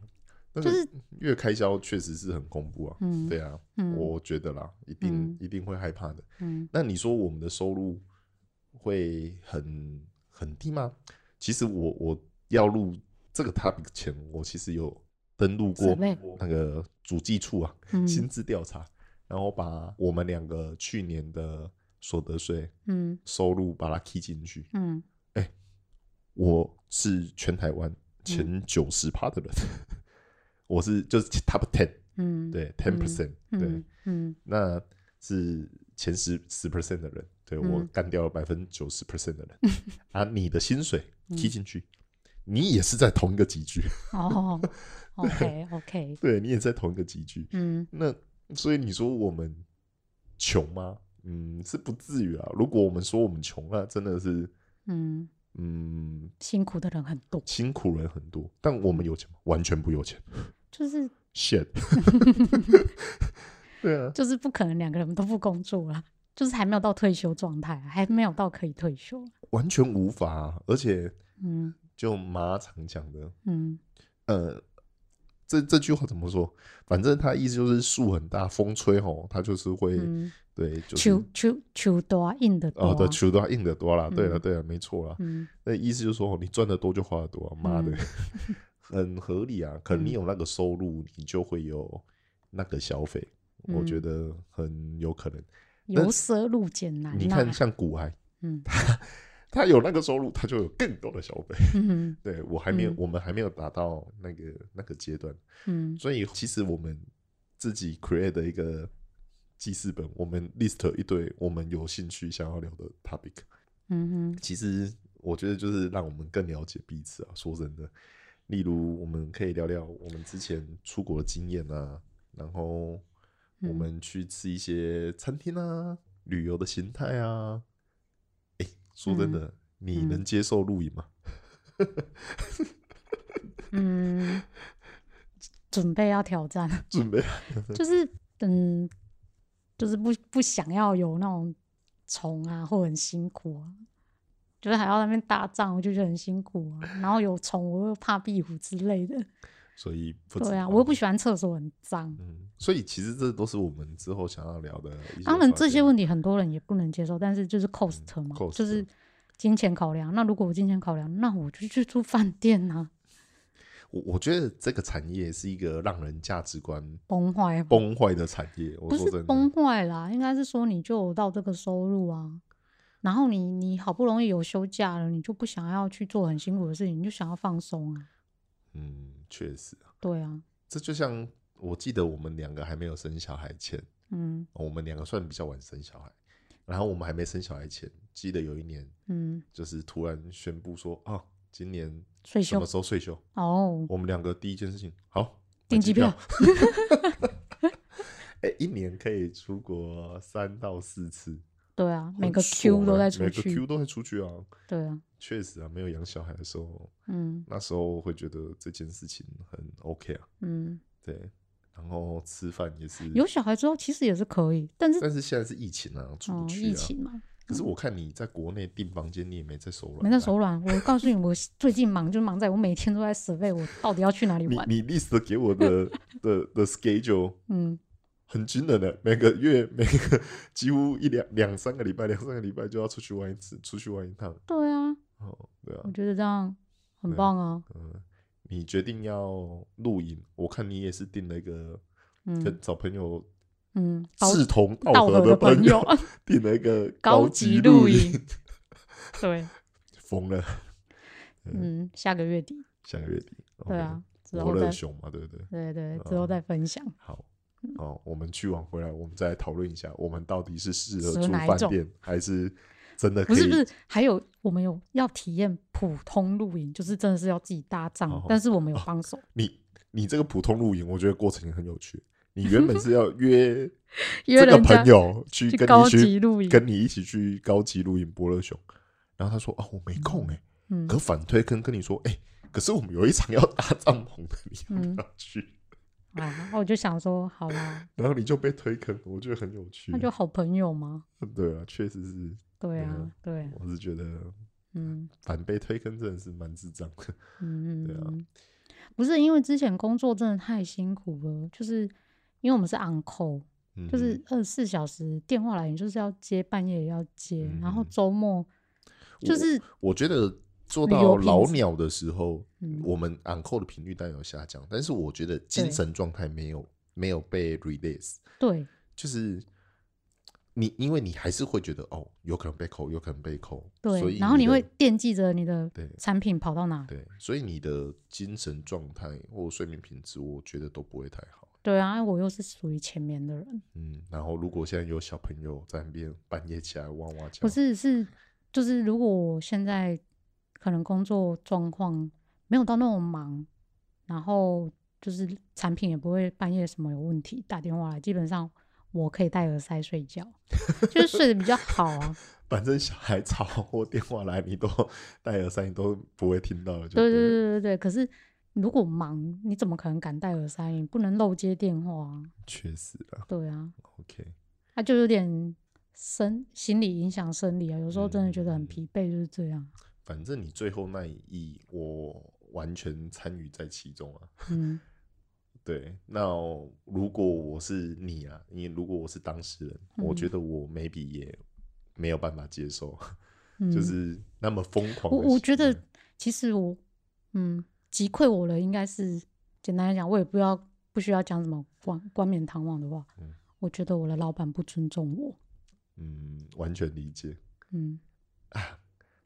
Speaker 1: 那
Speaker 2: 就
Speaker 1: 个
Speaker 2: 是
Speaker 1: 月开销确实是很恐怖啊，
Speaker 2: 嗯
Speaker 1: 对啊，
Speaker 2: 嗯
Speaker 1: 我觉得啦，一定、
Speaker 2: 嗯
Speaker 1: 一定会害怕的。
Speaker 2: 嗯
Speaker 1: 那你说我们的收入会很很低吗？其实我我要录这个 topic 前，我其实有登录过
Speaker 2: 准备
Speaker 1: 那个主计处啊，
Speaker 2: 嗯
Speaker 1: 薪资调查，然后把我们两个去年的所得税
Speaker 2: 嗯
Speaker 1: 收入把它 key 进去，
Speaker 2: 嗯，
Speaker 1: 我是全台湾
Speaker 2: 嗯
Speaker 1: 前九十趴的人， 我是就是 top ten，
Speaker 2: 嗯，
Speaker 1: 对 ten percent，、
Speaker 2: 嗯，
Speaker 1: 对，
Speaker 2: 嗯
Speaker 1: 那是前十十 percent 的人，对我
Speaker 2: 嗯
Speaker 1: 干掉了百分之九十 percent 的 人，啊，你的薪水
Speaker 2: 嗯
Speaker 1: 踢进去，你也是在同一个集聚，
Speaker 2: 哦 ，OK OK，
Speaker 1: 对你也在同一个集聚。
Speaker 2: 嗯
Speaker 1: 那所以你说我们穷吗？嗯，是不至于啊。如果我们说我们穷啊，真的是，
Speaker 2: 嗯，
Speaker 1: 嗯，
Speaker 2: 辛苦的人很多，
Speaker 1: 辛苦人很多，但我
Speaker 2: 嗯
Speaker 1: 们有钱吗？完全不有钱。
Speaker 2: 就是
Speaker 1: shit，对啊，
Speaker 2: 就是不可能两个人都不工作啊，就是还没有到退休状态啊，还没有到可以退休啊，
Speaker 1: 完全无法啊、而且
Speaker 2: 嗯
Speaker 1: 就妈常讲的，
Speaker 2: 嗯
Speaker 1: 呃，这这句话怎么说？反正他意思就是树很大，风吹吼，它就是会、
Speaker 2: 嗯，
Speaker 1: 对，就是
Speaker 2: 求求求多硬的多
Speaker 1: 哦，对，
Speaker 2: 啊，
Speaker 1: 球都要硬得多啦。对了，啊
Speaker 2: 嗯
Speaker 1: 对了，没错啦。
Speaker 2: 嗯
Speaker 1: 那意思就是说，你赚的多就花的多啊、妈的，
Speaker 2: 嗯
Speaker 1: 很合理啊。可能你有那个收入，你就会有那个消费，我
Speaker 2: 嗯
Speaker 1: 觉得很有可能。
Speaker 2: 由奢入俭难
Speaker 1: 你
Speaker 2: 呐，
Speaker 1: 看，像古埃，
Speaker 2: 啊嗯
Speaker 1: 他有那个收入，他就有更多的消费。
Speaker 2: 嗯
Speaker 1: 对我还没有，
Speaker 2: 嗯
Speaker 1: 我们还没有达到那个那个阶段，
Speaker 2: 嗯
Speaker 1: 所以其实我们自己 create 的一个记事本，我们 list 一堆我们有兴趣想要聊的 topic。
Speaker 2: 嗯
Speaker 1: 其实我觉得就是让我们更了解彼此啊。说真的，例如我们可以聊聊我们之前出国的经验啊，然后
Speaker 2: 嗯
Speaker 1: 我们去吃一些餐厅啊，旅游的形态啊。哎、说真
Speaker 2: 嗯
Speaker 1: 的，你能接受露营吗？
Speaker 2: 哼嗯，准备要挑战。
Speaker 1: 准备啊
Speaker 2: 就是嗯，就是不不想要有那种虫啊，或很辛苦啊，就是还要在那边打仗，我就觉得很辛苦啊。然后有虫，我又怕壁虎之类的。
Speaker 1: 所以不知
Speaker 2: 对啊，
Speaker 1: 道
Speaker 2: 我又不喜欢厕所很脏。
Speaker 1: 嗯，所以其实这都是我们之后想要聊的一些话题。啊
Speaker 2: 当然，这些问题很多人也不能接受，但是就是 cost
Speaker 1: 嗯
Speaker 2: 嘛，
Speaker 1: cost
Speaker 2: 就是金钱考量。那如果我金钱考量，那我就去住饭店啊，
Speaker 1: 我我觉得这个产业是一个让人价值观
Speaker 2: 崩坏吧。
Speaker 1: 崩坏的产业。我
Speaker 2: 不
Speaker 1: 说真
Speaker 2: 是
Speaker 1: 的，
Speaker 2: 崩坏啦，应该是说你就有到这个收入啊，然后你你好不容易有休假了，你就不想要去做很辛苦的事情，你就想要放松啊。
Speaker 1: 嗯，确实，
Speaker 2: 对啊，
Speaker 1: 这就像我记得我们两个还没有生小孩前，哦
Speaker 2: 嗯
Speaker 1: 我们两个算比较晚生小孩，然后我们还没生小孩前，记得有一年
Speaker 2: 嗯，
Speaker 1: 就是突然宣布说啊，今年
Speaker 2: 退
Speaker 1: 什
Speaker 2: 休
Speaker 1: 么时候退休？
Speaker 2: 哦，
Speaker 1: 我们两个第一件事情，好，
Speaker 2: 订机
Speaker 1: 票
Speaker 2: 票。
Speaker 1: 哎、一年可以出国三到四次，
Speaker 2: 对啊，每
Speaker 1: 很
Speaker 2: 个
Speaker 1: 爽
Speaker 2: Q 都
Speaker 1: 啊
Speaker 2: 在出
Speaker 1: 每个
Speaker 2: 去
Speaker 1: Q，都会出去啊。
Speaker 2: 对啊，
Speaker 1: 确实啊，没有养小孩的时候，
Speaker 2: 嗯
Speaker 1: 那时候会觉得这件事情很 OK 啊。
Speaker 2: 嗯，
Speaker 1: 对，然后吃饭也是，
Speaker 2: 有小孩之后其实也是可以，但是
Speaker 1: 但是现在是疫情啊，出
Speaker 2: 哦
Speaker 1: 不去
Speaker 2: 疫
Speaker 1: 啊。
Speaker 2: 情嘛，
Speaker 1: 可是我看你在国内订房间，你也没在手软，啊
Speaker 2: 没在手软。我告诉你，我最近忙就忙在我每天都在 survey 我到底要去哪里
Speaker 1: 你
Speaker 2: 玩，
Speaker 1: 你 list 给我的的的 schedule
Speaker 2: 嗯
Speaker 1: 很惊人的，每个月每个几乎一两两三个礼拜，两三个礼拜就要出去玩一次，出去玩一趟。
Speaker 2: 对啊，
Speaker 1: 哦，对啊
Speaker 2: 我，觉得这样很
Speaker 1: 对啊
Speaker 2: 棒啊，
Speaker 1: 嗯，你决定要露营，我看你也是订了一个
Speaker 2: 嗯
Speaker 1: 跟找朋友
Speaker 2: 嗯，包
Speaker 1: 志同道
Speaker 2: 道
Speaker 1: 合
Speaker 2: 合
Speaker 1: 的
Speaker 2: 的
Speaker 1: 朋
Speaker 2: 朋
Speaker 1: 友
Speaker 2: 友
Speaker 1: 订了一个
Speaker 2: 高
Speaker 1: 级
Speaker 2: 级露
Speaker 1: 营，
Speaker 2: 营。对，
Speaker 1: 疯了，
Speaker 2: 嗯，下个月底，
Speaker 1: 下个月底。
Speaker 2: 对啊，，之
Speaker 1: 伯
Speaker 2: 后再嗯
Speaker 1: 乐，熊嘛，对不对？
Speaker 2: 对对，之
Speaker 1: 哦
Speaker 2: 后再分享。
Speaker 1: 好，哦，我们去完回来，我们再来讨论一下，我们到底是适合
Speaker 2: 适合
Speaker 1: 住
Speaker 2: 哪一
Speaker 1: 饭
Speaker 2: 种
Speaker 1: 店，还是真的可
Speaker 2: 不
Speaker 1: 以？
Speaker 2: 是不是，还有我们有要体验普通露营，就是真的是要自己搭帐，
Speaker 1: 哦
Speaker 2: 但是我们有帮手，
Speaker 1: 你你这个普通露营，我觉得过程也很有趣。你原本是要约
Speaker 2: 约
Speaker 1: 这个
Speaker 2: 人家
Speaker 1: 朋友去
Speaker 2: 去
Speaker 1: 跟
Speaker 2: 高
Speaker 1: 你
Speaker 2: 级
Speaker 1: 去
Speaker 2: 露营。
Speaker 1: 跟你一起去高级露营伯乐熊，然后他说：“哦，我没空哎、
Speaker 2: 嗯
Speaker 1: 可反推跟跟你说：“哎、可是我们有一场要搭帐篷的， 你要
Speaker 2: 嗯
Speaker 1: 不要去
Speaker 2: 啊，我就想说，好啦，？”
Speaker 1: 然后你就被推坑，我觉得很有趣
Speaker 2: 那。就好朋友嘛。
Speaker 1: 对啊，确实是，
Speaker 2: 对
Speaker 1: 对
Speaker 2: 啊
Speaker 1: 啊，
Speaker 2: 对啊，
Speaker 1: 我是觉得
Speaker 2: 嗯
Speaker 1: 反被推坑真的是蛮智障的。
Speaker 2: 嗯
Speaker 1: 对啊
Speaker 2: 嗯，不是因为之前工作真的太辛苦了，就是因为我们是 uncle，
Speaker 1: 嗯
Speaker 2: 就是二十四小时电话来，你就是要接，半夜也要接，然后
Speaker 1: 嗯
Speaker 2: 周末就是
Speaker 1: 我觉得做
Speaker 2: 旅游
Speaker 1: 到
Speaker 2: 品
Speaker 1: 老
Speaker 2: 质
Speaker 1: 鸟的时候，
Speaker 2: 嗯
Speaker 1: 我们 on call 的频率当然有下降，但是我觉得精
Speaker 2: 对
Speaker 1: 神状态没有没有被 release，
Speaker 2: 对，
Speaker 1: 就是你因为你还是会觉得哦，有可能被扣，有可能被扣，所以
Speaker 2: 对，然后你
Speaker 1: 的
Speaker 2: 会惦记着你的
Speaker 1: 对
Speaker 2: 产品跑到哪，
Speaker 1: 对，所以你的精神状态或睡眠品质，我觉得都不会太好。
Speaker 2: 对啊，我又是属于前面的人，
Speaker 1: 嗯，然后如果现在有小朋友在那边半夜起来哇哇叫，
Speaker 2: 不是是就是如果我现在可能工作状况没有到那么忙，然后就是产品也不会半夜什么有问题打电话来，基本上我可以戴耳塞睡觉，就是睡得比较好啊。
Speaker 1: 反正小孩吵或电话来，你都戴耳塞，你都不会听到了。就
Speaker 2: 对对
Speaker 1: 对了，
Speaker 2: 对对对，可是。如果忙，你怎么可能敢戴耳塞？你不能漏接电话啊！
Speaker 1: 确实啦。
Speaker 2: 对啊，
Speaker 1: OK，
Speaker 2: 他就有点生心理影响生理啊，有时候真的觉得很
Speaker 1: 嗯
Speaker 2: 疲惫，就是这样。
Speaker 1: 反正你最后那一役，我完全参与在其中啊。
Speaker 2: 嗯，
Speaker 1: 对，那如果我是你啊，你如果我是当事人，我
Speaker 2: 嗯
Speaker 1: 觉得我 maybe 也没有办法接受，
Speaker 2: 嗯
Speaker 1: 就是那么疯狂的行
Speaker 2: 我
Speaker 1: 为。
Speaker 2: 我觉得其实我嗯击溃我了，应该是简单来讲，我也不要不需要讲什么冠冠冕堂皇的话。
Speaker 1: 嗯
Speaker 2: 我觉得我的老板不尊重我。
Speaker 1: 嗯，完全理解。
Speaker 2: 嗯，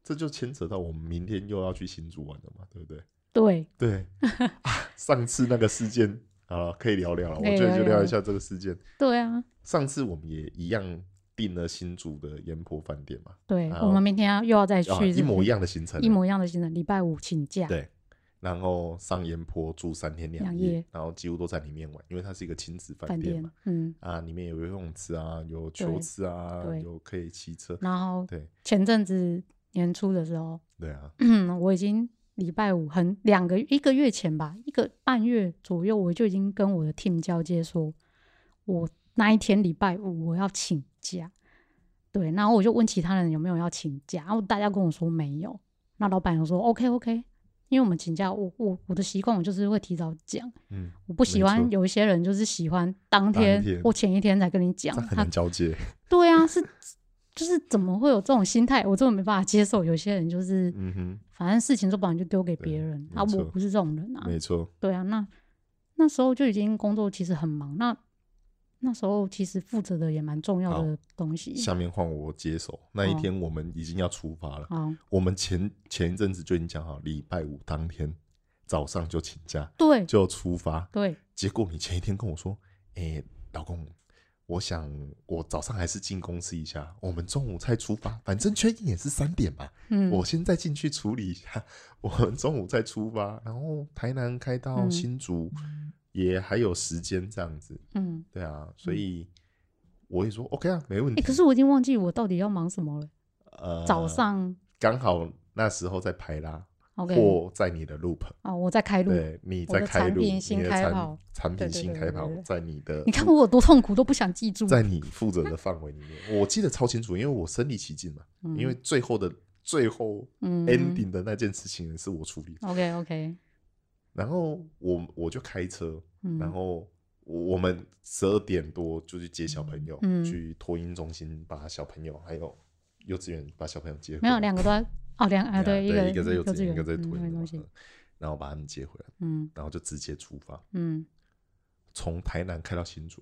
Speaker 1: 这就牵扯到我们明天又要去新竹玩了嘛，对不对？
Speaker 2: 对，
Speaker 1: 对啊，上次那个事件，好了，可以聊聊了。我
Speaker 2: 可以
Speaker 1: 觉得
Speaker 2: 聊
Speaker 1: 就
Speaker 2: 聊啊
Speaker 1: 聊一下这个事件。
Speaker 2: 对啊，
Speaker 1: 上次我们也一样订了新竹的盐坡饭店嘛，
Speaker 2: 对，
Speaker 1: 啊
Speaker 2: 我们明天要又要再去
Speaker 1: 啊，一模一
Speaker 2: 样
Speaker 1: 样的行程，
Speaker 2: 一模一样的行程，礼拜五请 假。
Speaker 1: 对。然后上盐坡住三天两
Speaker 2: 两
Speaker 1: 夜，
Speaker 2: 夜
Speaker 1: 然后几乎都在里面玩，因为它是一个亲子饭
Speaker 2: 饭
Speaker 1: 店
Speaker 2: 店
Speaker 1: 嘛。，
Speaker 2: 嗯，
Speaker 1: 啊，里面有游泳池啊，有
Speaker 2: 对
Speaker 1: 球池啊，
Speaker 2: 对嗯
Speaker 1: 有可以骑车。
Speaker 2: 然后
Speaker 1: 对
Speaker 2: 前阵子年初的时候，嗯
Speaker 1: 对啊，
Speaker 2: 我已经礼拜五很两个一个月前吧，一个半月左右，我就已经跟我的 team 交接说，我那一天礼拜五我要请假。对，然后我就问其他人有没有要请假，然后大家跟我说没有。那老板又说 OK OK，因为我们请假，我我我的习惯我就是会提早讲，
Speaker 1: 嗯，
Speaker 2: 我不喜
Speaker 1: 没
Speaker 2: 欢
Speaker 1: 错
Speaker 2: 有一些人就是喜欢
Speaker 1: 当
Speaker 2: 当天
Speaker 1: 天
Speaker 2: 或前一天才跟你讲
Speaker 1: 这，很
Speaker 2: 他
Speaker 1: 难交接。
Speaker 2: 对啊，是就是怎么会有这种心态？我真的没办法接受。有些人就是，
Speaker 1: 嗯哼，
Speaker 2: 反正事情做不完就丢给别人
Speaker 1: 没
Speaker 2: 啊，
Speaker 1: 错
Speaker 2: 我不是这种人啊。
Speaker 1: 没错。
Speaker 2: 对啊，那那时候就已经工作其实很忙，那那时候其实负责的也蛮重要的东西。
Speaker 1: 下面换我接手。那一
Speaker 2: 嗯哦
Speaker 1: 天我们已经要出发了，
Speaker 2: 好，
Speaker 1: 我们前前一阵子就已经讲好，礼拜五当天早上就请假
Speaker 2: 对
Speaker 1: 就出发。
Speaker 2: 对，
Speaker 1: 结果你前一天跟我说：“哎、老公，我想我早上还是进公司一下，我们中午再出发，反正确定也是三点嘛，
Speaker 2: 嗯，
Speaker 1: 我现在进去处理一下， 我们中午再出发，然后台南开到
Speaker 2: 嗯
Speaker 1: 新竹、也还有时间这样子。”
Speaker 2: 嗯，
Speaker 1: 对啊，所以我也说 OK 啊，没问
Speaker 2: 哎、
Speaker 1: 题。
Speaker 2: 嗯可是我已经忘记我到底要忙什么了。
Speaker 1: 呃，
Speaker 2: 早上
Speaker 1: 刚好那时候在排拉，
Speaker 2: OK，
Speaker 1: 或在你的 loop，
Speaker 2: 哦，我在开路。
Speaker 1: 对，你
Speaker 2: 我
Speaker 1: 在
Speaker 2: 的
Speaker 1: 开
Speaker 2: 产
Speaker 1: 路，
Speaker 2: 品
Speaker 1: 你
Speaker 2: 新
Speaker 1: 的
Speaker 2: 开
Speaker 1: 产
Speaker 2: 跑
Speaker 1: 产
Speaker 2: 对
Speaker 1: 品
Speaker 2: 对
Speaker 1: 新
Speaker 2: 对
Speaker 1: 开
Speaker 2: 对
Speaker 1: 跑
Speaker 2: 对，
Speaker 1: 在你的
Speaker 2: 你看我有多痛苦，都不想记住。
Speaker 1: 在你负责的范围里面，我记得超清楚，因为我身临其境嘛，
Speaker 2: 嗯
Speaker 1: 因为最后的最后
Speaker 2: 嗯
Speaker 1: ending 的那件事情是我处理的，
Speaker 2: OK OK，
Speaker 1: 然后我我就开车，
Speaker 2: 嗯，
Speaker 1: 然后。我我们十二点多就去接小朋友，
Speaker 2: 嗯
Speaker 1: 去托婴中心把小朋友还有幼稚园把小朋友接回来。
Speaker 2: 没有两个都在哦，两啊
Speaker 1: 啊
Speaker 2: 对，
Speaker 1: 对，
Speaker 2: 个
Speaker 1: 一个在幼
Speaker 2: 幼
Speaker 1: 稚园，一个在
Speaker 2: 嗯
Speaker 1: 托
Speaker 2: 那
Speaker 1: 婴
Speaker 2: 东
Speaker 1: 中
Speaker 2: 西
Speaker 1: 心，然后把他们接回来，
Speaker 2: 嗯
Speaker 1: 然后就直接出发，
Speaker 2: 嗯，
Speaker 1: 从台南开到新竹。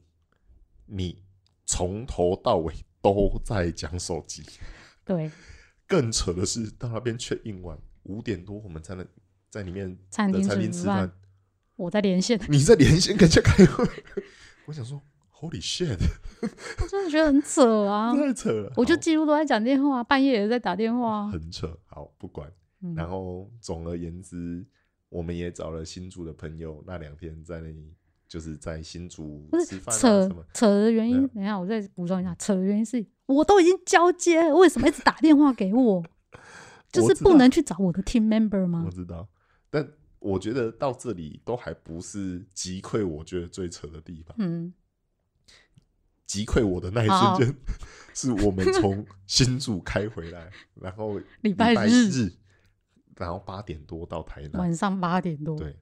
Speaker 1: 你从头到尾都在讲手机，
Speaker 2: 对，
Speaker 1: 更扯的是到那边确印完五点多，我们才能在里面
Speaker 2: 餐
Speaker 1: 的
Speaker 2: 厅
Speaker 1: 餐厅
Speaker 2: 吃
Speaker 1: 吃
Speaker 2: 饭
Speaker 1: 饭，
Speaker 2: 我在连线，
Speaker 1: 你在连线跟人家开会， 我想说 Holy shit，
Speaker 2: 我真的觉得很扯 啊！
Speaker 1: 太扯了，
Speaker 2: 我就
Speaker 1: 好
Speaker 2: 几乎都在讲电话，半夜也在打电话啊。
Speaker 1: 很扯，好不管。
Speaker 2: 嗯
Speaker 1: 然后总而言之，我们也找了新竹的朋友，那两天在那里就是在新竹
Speaker 2: 不
Speaker 1: 吃
Speaker 2: 是
Speaker 1: 饭啊
Speaker 2: 扯
Speaker 1: 什么，
Speaker 2: 扯的原因
Speaker 1: 对，啊
Speaker 2: 等一下我再补充一下，扯的原因是我都已经交接了，为什么一直打电话给我？ 就
Speaker 1: 我
Speaker 2: 是
Speaker 1: 知
Speaker 2: 不
Speaker 1: 道
Speaker 2: 能去找我的 team member 吗
Speaker 1: 我？知道。但我觉得到这里都还不是击溃我觉得最扯的地方，
Speaker 2: 嗯，
Speaker 1: 击溃我的那一
Speaker 2: 好
Speaker 1: 瞬间，是我们从新竹开回来，然后
Speaker 2: 礼
Speaker 1: 拜
Speaker 2: 拜日
Speaker 1: 日，然后八点多到台南，
Speaker 2: 晚上八点多，
Speaker 1: 对，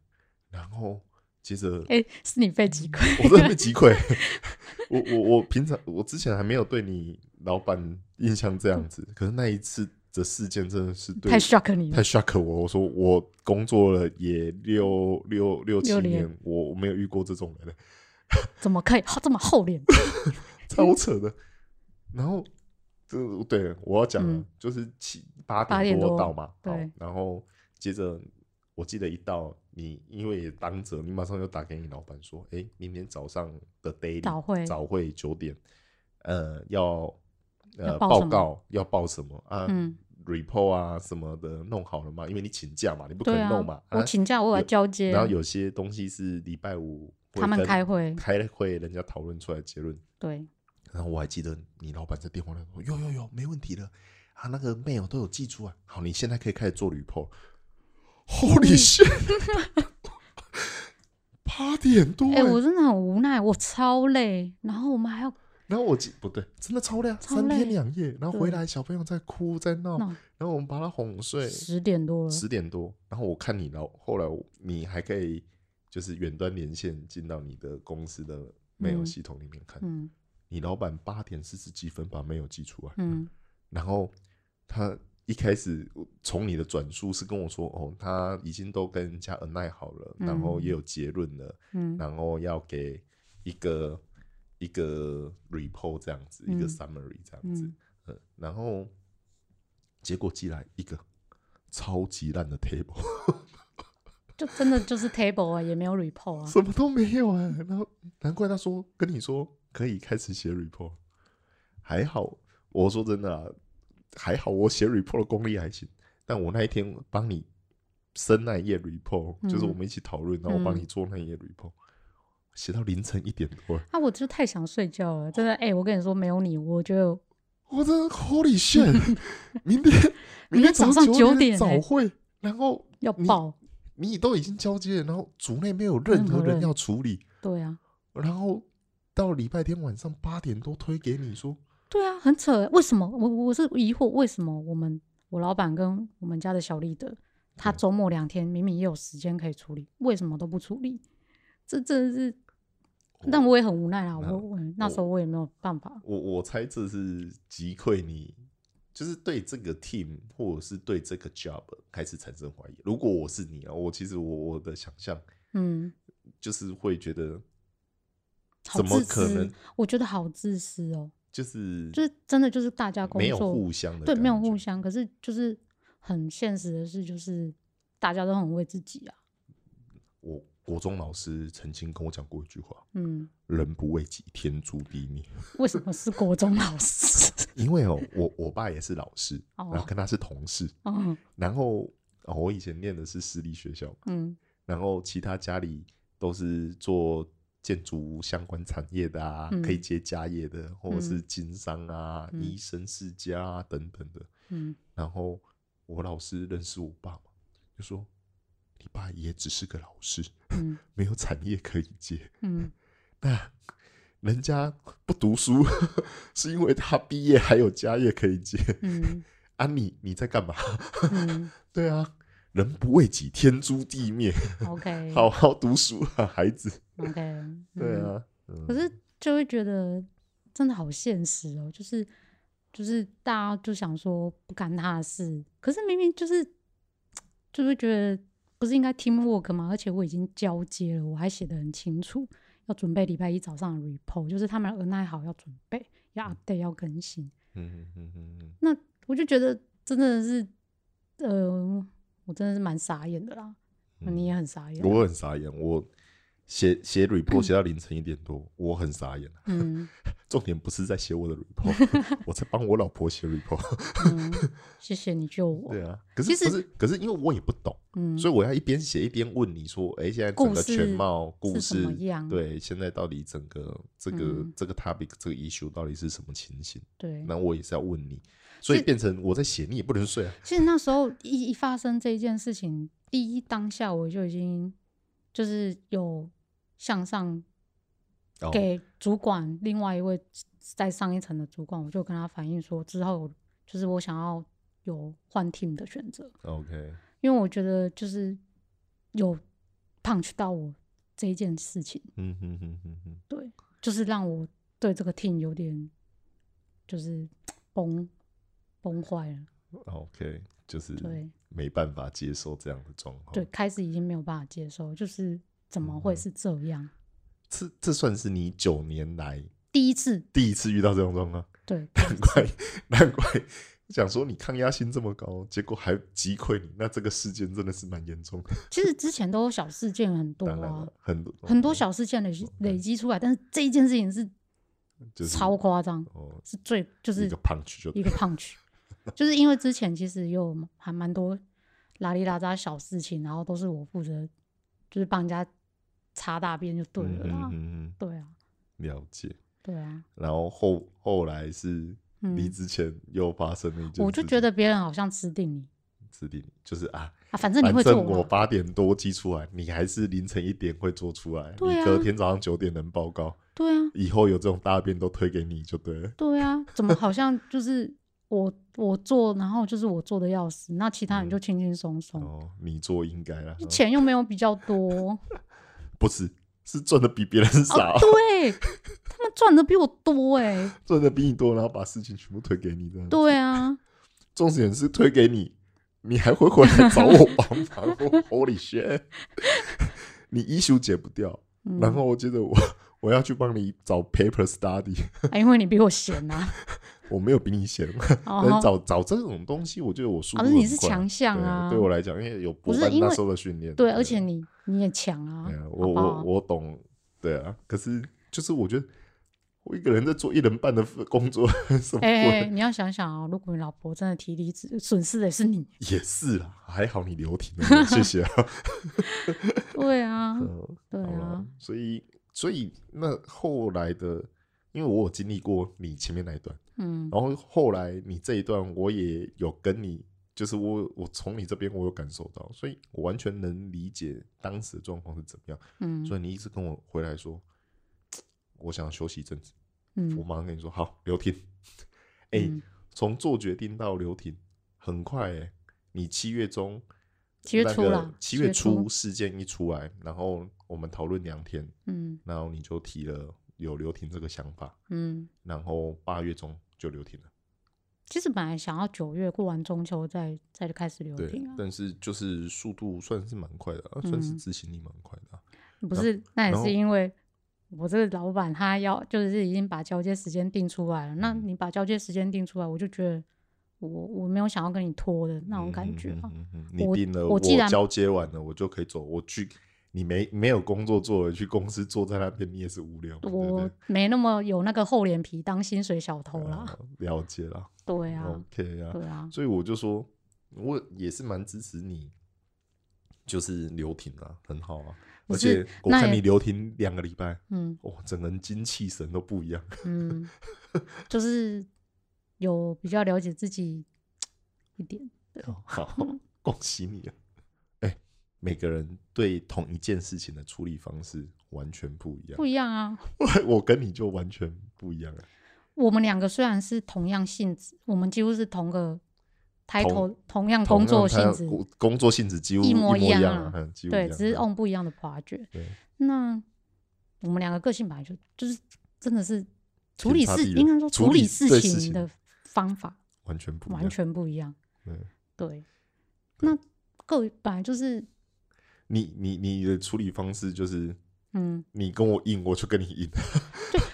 Speaker 1: 然后接着
Speaker 2: 哎，是你被击溃，
Speaker 1: 我真的被击溃。 我我我平常我之前还没有对你老板印象这样子，可是那一次的事件真的是对
Speaker 2: 太 shock 你
Speaker 1: 太
Speaker 2: 了。
Speaker 1: shock 我。我说我工作了也六六六七
Speaker 2: 六年
Speaker 1: 年，我我没有遇过这种人，
Speaker 2: 怎么可以这么厚脸？嗯
Speaker 1: 超扯的。然后这对我要讲了，
Speaker 2: 嗯
Speaker 1: 就是七八
Speaker 2: 八
Speaker 1: 点
Speaker 2: 点
Speaker 1: 多
Speaker 2: 多
Speaker 1: 到嘛，好
Speaker 2: 对，
Speaker 1: 然后接着我记得一到你，因为也当责，你马上就打给你老板说，哎、明天早上的 daily
Speaker 2: 早会
Speaker 1: 早会九点，呃，要呃
Speaker 2: 要报什
Speaker 1: 报
Speaker 2: 么
Speaker 1: 告要报什么啊、
Speaker 2: 嗯
Speaker 1: r e p o r t 啊什么的弄好了吗？因为你请假嘛，你不可
Speaker 2: 对
Speaker 1: 能
Speaker 2: 啊
Speaker 1: 弄嘛。，
Speaker 2: 我请假我有交接，
Speaker 1: 然后有些东西是礼拜五会
Speaker 2: 他们
Speaker 1: 跟
Speaker 2: 开会
Speaker 1: 开会人家讨论出来结论，
Speaker 2: 对，
Speaker 1: 然后我还记得你老板在电话那说：“有有有，没问题了啊，那个 mail 都有寄出啊。好，你现在可以开始做 report。”Holy shit！八点多、
Speaker 2: 哎、
Speaker 1: 欸，
Speaker 2: 我真的很无奈，我超累，然后我们还要
Speaker 1: 然后我记不对，真的超累啊，
Speaker 2: 超
Speaker 1: 三天
Speaker 2: 累
Speaker 1: 两夜。然后回
Speaker 2: 对
Speaker 1: 来，小朋友在哭在闹，
Speaker 2: 闹
Speaker 1: 然后我们把他哄睡，
Speaker 2: 十点多了，
Speaker 1: 十点多。然后我看你老，后来我你还可以就是远端连线进到你的公司的 mail
Speaker 2: 嗯
Speaker 1: 系统里面看，
Speaker 2: 嗯
Speaker 1: 你老板八点四十几分把 mail 寄出来。
Speaker 2: 嗯，
Speaker 1: 然后他一开始从你的转述是跟我说，哦，他已经都跟人家恩爱好了，然后也有结论了，
Speaker 2: 嗯
Speaker 1: 然后要给一个一个 report 这样子，一个
Speaker 2: 嗯
Speaker 1: summary 这样子
Speaker 2: 嗯，
Speaker 1: 嗯，然后结果寄来一个超级烂的 table，
Speaker 2: 就真的就是 table 啊，也没有 report 啊，
Speaker 1: 什么都没有啊，然后难怪他说跟你说可以开始写 report，还好，我说真的、啊，还好我写 report 的功力还行，但我那一天帮你生那一页 report，、
Speaker 2: 嗯
Speaker 1: 就是我们一起讨论，然后我帮
Speaker 2: 嗯
Speaker 1: 你做那一页 report，写、到凌晨一点多，
Speaker 2: 啊，我就太想睡觉了，真的，哎、我跟你说，没有你，我就
Speaker 1: 我真的 Holy shit！明天
Speaker 2: 明天
Speaker 1: 早
Speaker 2: 早上
Speaker 1: 九
Speaker 2: 9点
Speaker 1: 早
Speaker 2: 欸
Speaker 1: 会，然后
Speaker 2: 要
Speaker 1: 你
Speaker 2: 爆，
Speaker 1: 你都已经交接了，然后组内没有任
Speaker 2: 任
Speaker 1: 何
Speaker 2: 何
Speaker 1: 人
Speaker 2: 人
Speaker 1: 要处理。
Speaker 2: 对啊，
Speaker 1: 然后到礼拜天晚上八点多推给你说，
Speaker 2: 对啊，很扯欸。为什么？我我是疑惑，为什么我们我老板跟我们家的小丽的，他
Speaker 1: 对
Speaker 2: 周末两天明明也有时间可以处理，为什么都不处理？这真的是，但我也很无奈啊。
Speaker 1: 哦那哦
Speaker 2: 我我那时候我也没有办法。
Speaker 1: 我我猜这是击溃你，就是对这个 team 或者是对这个 job 开始产生怀疑。如果我是你啊，我其实我我的想象
Speaker 2: 嗯，
Speaker 1: 就是会觉得，
Speaker 2: 好
Speaker 1: 怎么
Speaker 2: 自
Speaker 1: 可
Speaker 2: 私
Speaker 1: 能
Speaker 2: 我觉得好自私哦，
Speaker 1: 就是
Speaker 2: 就是真的就是大家工
Speaker 1: 没有
Speaker 2: 作
Speaker 1: 互相的
Speaker 2: 对没有
Speaker 1: 感觉
Speaker 2: 互相，可是就是很现实的事，就是大家都很为自己啊。
Speaker 1: 我国中老师曾经跟我讲过一句话：
Speaker 2: 嗯，
Speaker 1: 人不为己，天诛地灭。
Speaker 2: 为什么是国中老师？
Speaker 1: 因为哦，我我爸也是老师，
Speaker 2: 哦
Speaker 1: 然后跟他是同事，
Speaker 2: 嗯
Speaker 1: 然后、哦、我以前念的是私立学校嘛，
Speaker 2: 嗯
Speaker 1: 然后其他家里都是做建筑相关产业的啊，
Speaker 2: 嗯
Speaker 1: 可以接家业的，或者是
Speaker 2: 嗯
Speaker 1: 经商啊、
Speaker 2: 嗯
Speaker 1: 医生世家啊等等的。
Speaker 2: 嗯，
Speaker 1: 然后我老师认识我爸嘛，就说你爸也只是个老师，
Speaker 2: 嗯
Speaker 1: 没有产业可以接。
Speaker 2: 嗯，
Speaker 1: 那人家不读书， 是因为他毕业还有家业可以接
Speaker 2: 嗯
Speaker 1: 啊你！你在干嘛？
Speaker 2: 嗯
Speaker 1: 对啊，人不为己，天诛地灭。
Speaker 2: ，OK，
Speaker 1: 好好读书啊，孩子。
Speaker 2: ，OK，
Speaker 1: 对
Speaker 2: 嗯，
Speaker 1: 啊，嗯
Speaker 2: 可是就会觉得真的好现实哦，就是就是大家就想说不干他的事，可是明明就是就会觉得不是应该 team work 吗？而且我已经交接了，我还写的很清楚，要准备礼拜一早上的 report，就是他们恩爱好要准备，要 update 要更新，
Speaker 1: 嗯嗯嗯嗯嗯，
Speaker 2: 那我就觉得真的是，呃，我真的是蛮傻眼的啦，那你也很啊傻眼，
Speaker 1: 嗯我很傻眼，我写写 report 写到凌晨一点多，我很傻眼。啊
Speaker 2: 嗯。
Speaker 1: 重点不是在写我的 report，我 在帮我老婆写 report。
Speaker 2: 嗯，谢谢你救我。
Speaker 1: 对啊，可
Speaker 2: 其
Speaker 1: 是
Speaker 2: 实
Speaker 1: 不是，可是因为我也不懂，
Speaker 2: 嗯，
Speaker 1: 所以我要一边写一边问你说，哎，现在整个
Speaker 2: 故事
Speaker 1: 全貌故
Speaker 2: 是怎
Speaker 1: 事
Speaker 2: 么样
Speaker 1: 对，现在到底整个这个
Speaker 2: 嗯
Speaker 1: 这个 topic 这个 issue 到底是什么情形？
Speaker 2: 对
Speaker 1: 那我也是要问你，所以
Speaker 2: 是
Speaker 1: 变成我在写，你也不能睡啊。
Speaker 2: 其实那时候一一发生这一件事情，第一当下我就已经就是有向上
Speaker 1: 哦
Speaker 2: 给主管，另外一位在上一层的主管，我就跟他反映说，之后就是我想要有换 team 的选择，
Speaker 1: 哦，OK，
Speaker 2: 因为我觉得就是有 punch 到我这一件事情，
Speaker 1: 嗯哼哼哼哼，
Speaker 2: 对，就是让我对这个 team 有点就是崩崩坏了。
Speaker 1: OK，就是
Speaker 2: 对
Speaker 1: 没办法接受这样的状况。
Speaker 2: 对，，开始已经没有办法接受，就是怎么会
Speaker 1: 哦嗯
Speaker 2: 是这样？
Speaker 1: 这这算是你九年来
Speaker 2: 第一次，
Speaker 1: 第一次遇到这种状况，
Speaker 2: 对，
Speaker 1: 难怪难怪想说你抗压性这么高，结果还击溃你，那这个事件真的是蛮严重的。
Speaker 2: 其实之前都有小事件很多
Speaker 1: 当然
Speaker 2: 啊
Speaker 1: 了，，很多
Speaker 2: 很多小事件累积
Speaker 1: 嗯
Speaker 2: 累积出来，但是这一件事情是
Speaker 1: 就是
Speaker 2: 超夸张，
Speaker 1: 哦，
Speaker 2: 是最就是
Speaker 1: 一个 punch 就
Speaker 2: 一个 punch，就是因为之前其实也有还蛮多拉里拉扎小事情，然后都是我负责，就是帮人家擦大便就对
Speaker 1: 嗯
Speaker 2: 了
Speaker 1: 嗯
Speaker 2: 啦，
Speaker 1: 嗯嗯，
Speaker 2: 对啊，
Speaker 1: 了解。
Speaker 2: 对啊，
Speaker 1: 然后后后来是
Speaker 2: 嗯
Speaker 1: 离职前又发生了一件事情，
Speaker 2: 我就觉得别人好像吃定你
Speaker 1: 是你就是啊，
Speaker 2: 啊，反正你
Speaker 1: 反
Speaker 2: 会
Speaker 1: 正
Speaker 2: 做
Speaker 1: 我
Speaker 2: 嘛，
Speaker 1: 八点多寄出来，你还是凌晨一点会做出来，
Speaker 2: 对
Speaker 1: 你
Speaker 2: 啊
Speaker 1: 隔天早上九点能报告，
Speaker 2: 对啊，
Speaker 1: 以后有这种大便都推给你就对了。
Speaker 2: 对啊，怎么好像就是我我做，然后就是我做的要死，那其他人就轻轻松松，
Speaker 1: 嗯哦，你做应该啦，哦
Speaker 2: 钱又没有比较 多，啊
Speaker 1: 不是是赚的比别人
Speaker 2: 哦
Speaker 1: 少，
Speaker 2: 对他们赚的比我多哎、
Speaker 1: 赚的比你多，然后把事情全部推给你这样。，
Speaker 2: 对啊，
Speaker 1: 重点是推给你，你还会回来找我帮 忙，Holy shit！你医术解不掉，
Speaker 2: 嗯、
Speaker 1: 然后我接着我我要去帮你找 paper study，
Speaker 2: 啊因为你比我闲呐、
Speaker 1: 我没有比你闲，
Speaker 2: 啊，
Speaker 1: 但是
Speaker 2: 哦，
Speaker 1: 找找这种东西，我觉得我速度
Speaker 2: 啊，
Speaker 1: 很
Speaker 2: 你是
Speaker 1: 快
Speaker 2: 强项啊，
Speaker 1: 对对我来讲，因为有
Speaker 2: 不
Speaker 1: 博
Speaker 2: 是
Speaker 1: 班
Speaker 2: 因
Speaker 1: 那
Speaker 2: 为
Speaker 1: 时候的训练，
Speaker 2: 对，而且你你也强啊
Speaker 1: 对啊，我
Speaker 2: 好不
Speaker 1: 我
Speaker 2: 好？
Speaker 1: 我懂，对啊，可是就是我觉得我一个人在做一人半的工作， 什么
Speaker 2: 哎、哎
Speaker 1: 鬼
Speaker 2: 你要想想哦，如果你老婆真的提离职，损失的是你。
Speaker 1: 也是啦，还好你留停了，谢谢啊，
Speaker 2: 对啊，
Speaker 1: 嗯
Speaker 2: 对
Speaker 1: 好
Speaker 2: 啊
Speaker 1: 了，，所以所以那后来的，因为我有经历过你前面那一段。
Speaker 2: 嗯，
Speaker 1: 然后后来你这一段我也有跟你，就是我我从你这边我有感受到，所以我完全能理解当时的状况是怎么样。
Speaker 2: 嗯
Speaker 1: 所以你一直跟我回来说，我想休息一阵子，我
Speaker 2: 嗯
Speaker 1: 马上跟你说好留停。 哎、
Speaker 2: 嗯
Speaker 1: 从做决定到留停很快哎、你七月中。
Speaker 2: 七月初
Speaker 1: 那
Speaker 2: 啦
Speaker 1: 个七月
Speaker 2: 七月
Speaker 1: 初
Speaker 2: 初
Speaker 1: 事件一出来，然后我们讨论两天，
Speaker 2: 嗯
Speaker 1: 然后你就提了有留停这个想法，
Speaker 2: 嗯，
Speaker 1: 然后八月中就留停了。
Speaker 2: 其实本来想要九月过完中秋再再开始留
Speaker 1: 对
Speaker 2: 停啊，嗯
Speaker 1: 但是就是速度算是蛮快的、啊，算是执行力蛮快的啊、
Speaker 2: 不是？那也
Speaker 1: 然后
Speaker 2: 是因为我这个老板他要就是已经把交接时间定出来了，
Speaker 1: 嗯
Speaker 2: 那你把交接时间定出来，我就觉得我我没有想要跟你拖的那种感觉啊，
Speaker 1: 嗯嗯嗯嗯嗯你
Speaker 2: 我
Speaker 1: 定了，
Speaker 2: 我
Speaker 1: 我
Speaker 2: 既然
Speaker 1: 交接完了，我就可以走。我去，你没没有工作做了，去公司坐在那边，你也是无聊嘛，对不
Speaker 2: 我
Speaker 1: 对？
Speaker 2: 没那么有那个厚脸皮当薪水小偷啦。
Speaker 1: 啊了解了、
Speaker 2: 对啊，
Speaker 1: ，OK 啊。
Speaker 2: 对啊，
Speaker 1: 所以我就说，我也是蛮支持你，就是留停啊，很好啊。
Speaker 2: 不
Speaker 1: 而
Speaker 2: 是
Speaker 1: 且我
Speaker 2: 那
Speaker 1: 看
Speaker 2: 也
Speaker 1: 你留停两个礼拜，
Speaker 2: 嗯
Speaker 1: 哇、整个人精气神都不一样。
Speaker 2: 嗯，就是有比较了解自己一点。
Speaker 1: 好，恭喜你啊！哎、每个人对同一件事情的处理方式完全不一样
Speaker 2: 不。一样啊。
Speaker 1: 我跟你就完全不一样了。
Speaker 2: 我们两个虽然是同样性质，我们几乎是同个抬头、
Speaker 1: 同
Speaker 2: 同样 工作性质
Speaker 1: 同，样他工作性质几乎
Speaker 2: 一模
Speaker 1: 模
Speaker 2: 一
Speaker 1: 一
Speaker 2: 样
Speaker 1: 样
Speaker 2: 啊
Speaker 1: 啊，嗯几乎一
Speaker 2: 对，
Speaker 1: 样。
Speaker 2: 只是 on 不一样的 project
Speaker 1: 对。
Speaker 2: 那我们两个个性本来就就是真的是处
Speaker 1: 天
Speaker 2: 理
Speaker 1: 差
Speaker 2: 事，
Speaker 1: 地
Speaker 2: 应该
Speaker 1: 远
Speaker 2: 说
Speaker 1: 处
Speaker 2: 处
Speaker 1: 理
Speaker 2: 理事
Speaker 1: 对事
Speaker 2: 情
Speaker 1: 情
Speaker 2: 的方法
Speaker 1: 完全不一
Speaker 2: 完
Speaker 1: 样。
Speaker 2: 全不一样。
Speaker 1: 对
Speaker 2: 对，那各本来就是
Speaker 1: 你你你的处理方式就是，
Speaker 2: 嗯，
Speaker 1: 你跟我硬，我就跟你硬。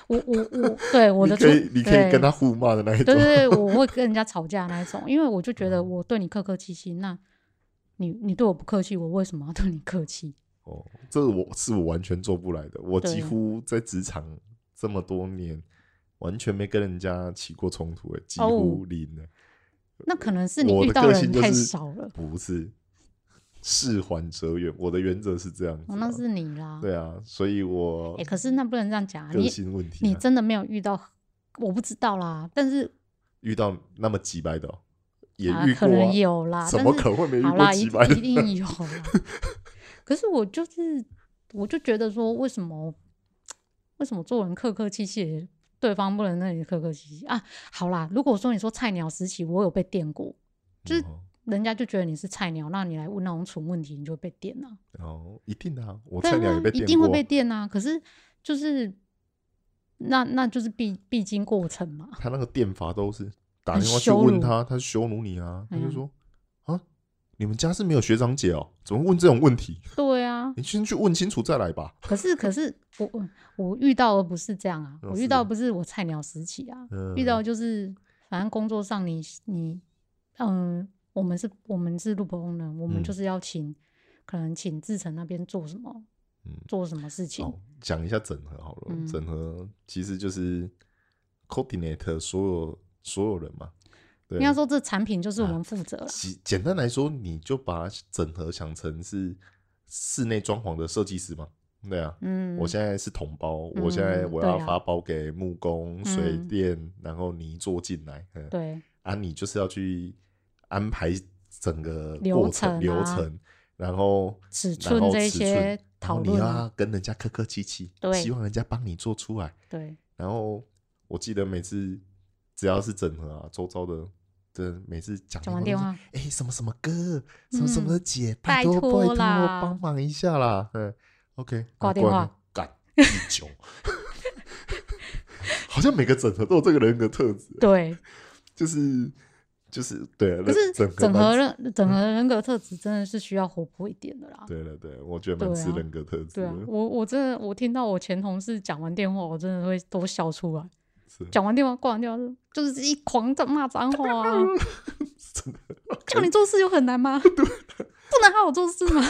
Speaker 2: 我我我对 我的
Speaker 1: 你可以
Speaker 2: 处
Speaker 1: 你可以跟
Speaker 2: 对
Speaker 1: 他互骂的那一 种。
Speaker 2: 对对 对，我会跟人家吵架那一种，因为我就觉
Speaker 1: 嗯
Speaker 2: 得我对你客客气气，那你你对我不客气，我为什么要对你客气？
Speaker 1: 哦，这我是我完全做不来的。我几
Speaker 2: 对
Speaker 1: 乎在职场这么多年，完全没跟人家起过冲突，哎几
Speaker 2: 哦
Speaker 1: 乎零的。
Speaker 2: 那可能是你
Speaker 1: 我
Speaker 2: 遇
Speaker 1: 的
Speaker 2: 到
Speaker 1: 个
Speaker 2: 人
Speaker 1: 性就
Speaker 2: 太
Speaker 1: 是
Speaker 2: 少了，
Speaker 1: 不是，事缓则圆。我的原则是这样子啊、
Speaker 2: 哦，那是你啦。
Speaker 1: 对啊，所以我
Speaker 2: 哎、可是那不能这样讲啊，
Speaker 1: 个
Speaker 2: 你
Speaker 1: 性问题、啊
Speaker 2: 你真的没有遇到，我不知道啦，但是
Speaker 1: 遇到那么几百的哦、也
Speaker 2: 啊
Speaker 1: 遇，
Speaker 2: 可
Speaker 1: 过、
Speaker 2: 能
Speaker 1: 啊，
Speaker 2: 有啦，
Speaker 1: 怎
Speaker 2: 但
Speaker 1: 么
Speaker 2: 是
Speaker 1: 可能会没遇
Speaker 2: 好
Speaker 1: 过
Speaker 2: 啦，一
Speaker 1: 几
Speaker 2: 定
Speaker 1: 百的？
Speaker 2: 一定有啦。可是我就是，我就觉得说，为什么为什么做人客客气气，对方不能那里客客气气啊？好啦，如果说你说菜鸟时期，我有被电过，就是
Speaker 1: 嗯
Speaker 2: 人家就觉得你是菜鸟，那你来问那种蠢问题，你就会被电啊。
Speaker 1: 哦，一定的、啊，我
Speaker 2: 对
Speaker 1: 菜鸟
Speaker 2: 啊
Speaker 1: 也被，
Speaker 2: 一
Speaker 1: 电
Speaker 2: 定会
Speaker 1: 过
Speaker 2: 被。电啊。可是就是那那就是必必经过程嘛。
Speaker 1: 他那个电法都是打
Speaker 2: 很
Speaker 1: 电话去
Speaker 2: 羞
Speaker 1: 问
Speaker 2: 辱
Speaker 1: 他，他是羞辱你啊，他
Speaker 2: 哎
Speaker 1: 就
Speaker 2: 呀
Speaker 1: 说、啊，你们家是没有学长姐哦，怎么问这种问题？
Speaker 2: 对啊，
Speaker 1: 你先去问清楚再来吧。
Speaker 2: 可是可是我我我遇到的不是这样啊，
Speaker 1: 哦
Speaker 2: 我
Speaker 1: 是
Speaker 2: 遇
Speaker 1: 哦
Speaker 2: 到的不是我菜鸟时期啊，
Speaker 1: 嗯
Speaker 2: 遇到就是反正工作上你你嗯、我们是我们是 loop owner，我
Speaker 1: 嗯
Speaker 2: 们就是要请、可能请志成那边做什么
Speaker 1: 嗯
Speaker 2: 做什么事情，
Speaker 1: 哦，讲一下整合好了。
Speaker 2: 嗯
Speaker 1: 整合其实就是 coordinate 所有所有人嘛。对
Speaker 2: 应，该说这产品就是我
Speaker 1: 啊
Speaker 2: 们负责 了。
Speaker 1: 简简单来说，你就把整合想成是室内装潢的设计师嘛。对啊，
Speaker 2: 嗯，
Speaker 1: 我现在是统包，
Speaker 2: 嗯
Speaker 1: 我现在我
Speaker 2: 对
Speaker 1: 要
Speaker 2: 啊
Speaker 1: 发包给木工、水
Speaker 2: 嗯
Speaker 1: 电，然后泥做进来。嗯，
Speaker 2: 对
Speaker 1: 啊，你就是要去安排整个
Speaker 2: 流
Speaker 1: 过程
Speaker 2: 程
Speaker 1: 流
Speaker 2: 啊
Speaker 1: 程，然后
Speaker 2: 尺
Speaker 1: 然
Speaker 2: 寸
Speaker 1: 后
Speaker 2: 这一
Speaker 1: 尺寸
Speaker 2: 些
Speaker 1: 然后
Speaker 2: 讨
Speaker 1: 你
Speaker 2: 论
Speaker 1: 要
Speaker 2: 啊，
Speaker 1: 跟人家客客气气，
Speaker 2: 对
Speaker 1: 希望人家帮你做出来。
Speaker 2: 对，
Speaker 1: 然后我记得每次只要是整合啊，周遭的。的每次讲
Speaker 2: 讲完
Speaker 1: 电
Speaker 2: 电
Speaker 1: 话
Speaker 2: 话嗯
Speaker 1: 都说，哎、什么什么哥，什么什么姐，拜
Speaker 2: 拜
Speaker 1: 托
Speaker 2: 托
Speaker 1: 拜托，
Speaker 2: 啦
Speaker 1: 帮忙一下啦，嗯，OK，
Speaker 2: 挂
Speaker 1: 啊
Speaker 2: 电话
Speaker 1: 了，干一囧， 好像每个整合都有这个人格特质，
Speaker 2: 对，
Speaker 1: 就是就是对啊，
Speaker 2: 可是
Speaker 1: 整
Speaker 2: 整
Speaker 1: 蛮
Speaker 2: 合人整合人格特质真的是需要活泼一点的啦。
Speaker 1: 嗯对了，对，我觉得蛮
Speaker 2: 对
Speaker 1: 吃
Speaker 2: 啊
Speaker 1: 人格特质
Speaker 2: 对
Speaker 1: 的。
Speaker 2: 啊，我我真的我听到我前同事讲完电话，我真的会都笑出来。
Speaker 1: 是
Speaker 2: 讲完电话挂完电话就就是一狂在骂脏 话啊！
Speaker 1: 真的。
Speaker 2: 叫你做事有很难吗？不能好好做事 吗？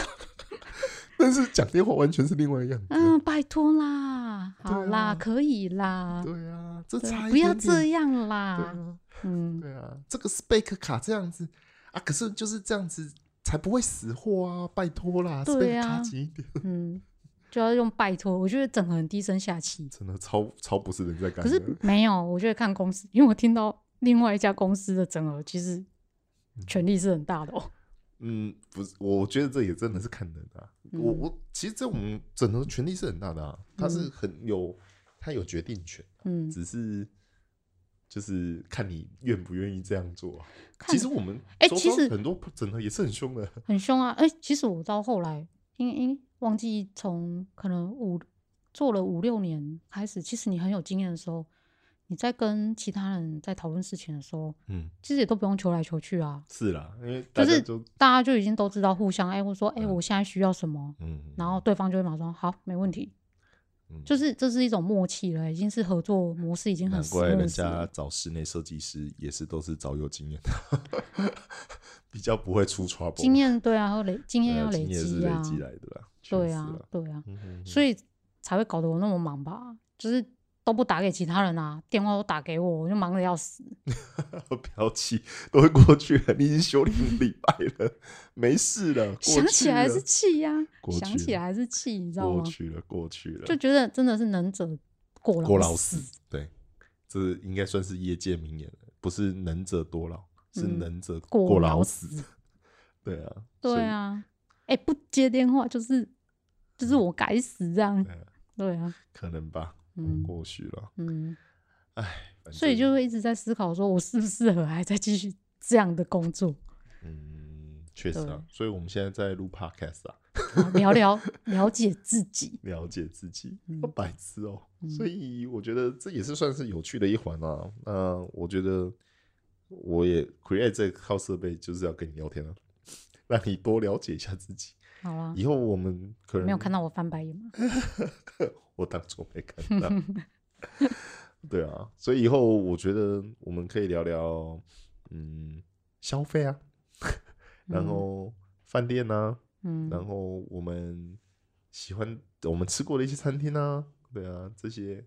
Speaker 1: 但是讲电话完全是另外一样。
Speaker 2: 嗯，拜托啦，好
Speaker 1: 对啊
Speaker 2: 啦，可以啦，
Speaker 1: 对啊，这
Speaker 2: 对
Speaker 1: 差一
Speaker 2: 不要
Speaker 1: 点点
Speaker 2: 这。样
Speaker 1: 对
Speaker 2: 啦。
Speaker 1: 啊，
Speaker 2: 嗯，
Speaker 1: 对啊，这个 spec 卡这样子啊，可是就是这样子才不会死货啊！拜托啦
Speaker 2: 对
Speaker 1: ，spec 卡
Speaker 2: 啊
Speaker 1: 紧一点，
Speaker 2: 嗯，就要用拜托，我觉得整个很低声下气。
Speaker 1: 真的超超不是人在干的。
Speaker 2: 可是没有，我觉得看公司，因为我听到另外一家公司的整合，其实权力是很大的哦。
Speaker 1: 嗯，不是，我觉得这也真的是看人啊。我
Speaker 2: 嗯
Speaker 1: 我其实这种整合权力是很大的啊，他是很有他有决定权。啊
Speaker 2: 嗯，
Speaker 1: 只是就是看你愿不愿意这样做啊、
Speaker 2: 看
Speaker 1: 其实我们
Speaker 2: 哎
Speaker 1: 周
Speaker 2: 其
Speaker 1: 遭
Speaker 2: 实
Speaker 1: 很多整合也是很凶的，
Speaker 2: 很凶啊！哎、其实我到后来，因因忘记从可能五做了五六年开始，其实你很有经验的时候，你在跟其他人在讨论事情的时候，
Speaker 1: 嗯，
Speaker 2: 其实也都不用求来求去啊，
Speaker 1: 是啦，因为大
Speaker 2: 就
Speaker 1: 家
Speaker 2: 是
Speaker 1: 就
Speaker 2: 大家就已经都知道互相哎、我说哎、
Speaker 1: 嗯
Speaker 2: 我现在需要什么，
Speaker 1: 嗯，
Speaker 2: 然后对方就会马上说好，没问题
Speaker 1: 嗯。
Speaker 2: 就是这是一种默契了，已经是合作模式，已经很
Speaker 1: 难
Speaker 2: 熟
Speaker 1: 怪人
Speaker 2: 悉
Speaker 1: 家
Speaker 2: 了。
Speaker 1: 找室内设计师也是都是找有经验的， 比较不会出 trouble，
Speaker 2: 经验对啊，和累经验
Speaker 1: 对啊
Speaker 2: 要累
Speaker 1: 经验是
Speaker 2: 积
Speaker 1: 累
Speaker 2: 啊，
Speaker 1: 积来的啦，确
Speaker 2: 对
Speaker 1: 实
Speaker 2: 啊
Speaker 1: 啦，
Speaker 2: 对啊，
Speaker 1: 嗯 哼
Speaker 2: 所以才会搞得我那么忙吧，就是都不打给其他人啊，电话都打给我，我就忙得要死。
Speaker 1: 不要气，都会过去了，你已经休两个礼拜了，没事了，过
Speaker 2: 想起
Speaker 1: 去
Speaker 2: 来
Speaker 1: 了
Speaker 2: 是气呀、
Speaker 1: 过
Speaker 2: 想
Speaker 1: 去
Speaker 2: 起
Speaker 1: 了
Speaker 2: 来是气，你知道
Speaker 1: 过
Speaker 2: 吗？
Speaker 1: 去了，过去了，
Speaker 2: 就觉得真的是能者过劳
Speaker 1: 过劳
Speaker 2: 死
Speaker 1: 死，，对，这应该算是业界名言了，不是能者多劳，是
Speaker 2: 嗯
Speaker 1: 能者
Speaker 2: 过
Speaker 1: 劳
Speaker 2: 劳
Speaker 1: 死。
Speaker 2: 死。
Speaker 1: 对啊，所
Speaker 2: 对
Speaker 1: 以，
Speaker 2: 啊，哎、不接电话就是就是我该死这样
Speaker 1: 对。啊
Speaker 2: 对啊，
Speaker 1: 可能吧，
Speaker 2: 嗯
Speaker 1: 过去了，
Speaker 2: 嗯，
Speaker 1: 反
Speaker 2: 所以
Speaker 1: 正
Speaker 2: 就会一直在思考，说我适不适合还在继续这样的工作，
Speaker 1: 嗯，确实啊，所以我们现在在录 podcast 啊，
Speaker 2: 啊 聊聊了解自己。
Speaker 1: 了解自己，
Speaker 2: 嗯
Speaker 1: 好白痴哦、
Speaker 2: 嗯
Speaker 1: 所以我觉得这也是算是有趣的一环啊。那我觉得我也 create 这个靠设备就是要跟你聊天了、 让你多了解一下自己。
Speaker 2: 好啦，
Speaker 1: 以后我们可能
Speaker 2: 嗯没有看到我翻白眼吗？
Speaker 1: 我当初没看到。 对啊，所以以后我觉得我们可以聊聊，嗯，消费啊， 然后饭店啊，
Speaker 2: 嗯，
Speaker 1: 然后我们喜欢我们吃过的一些餐厅啊，对啊，这些。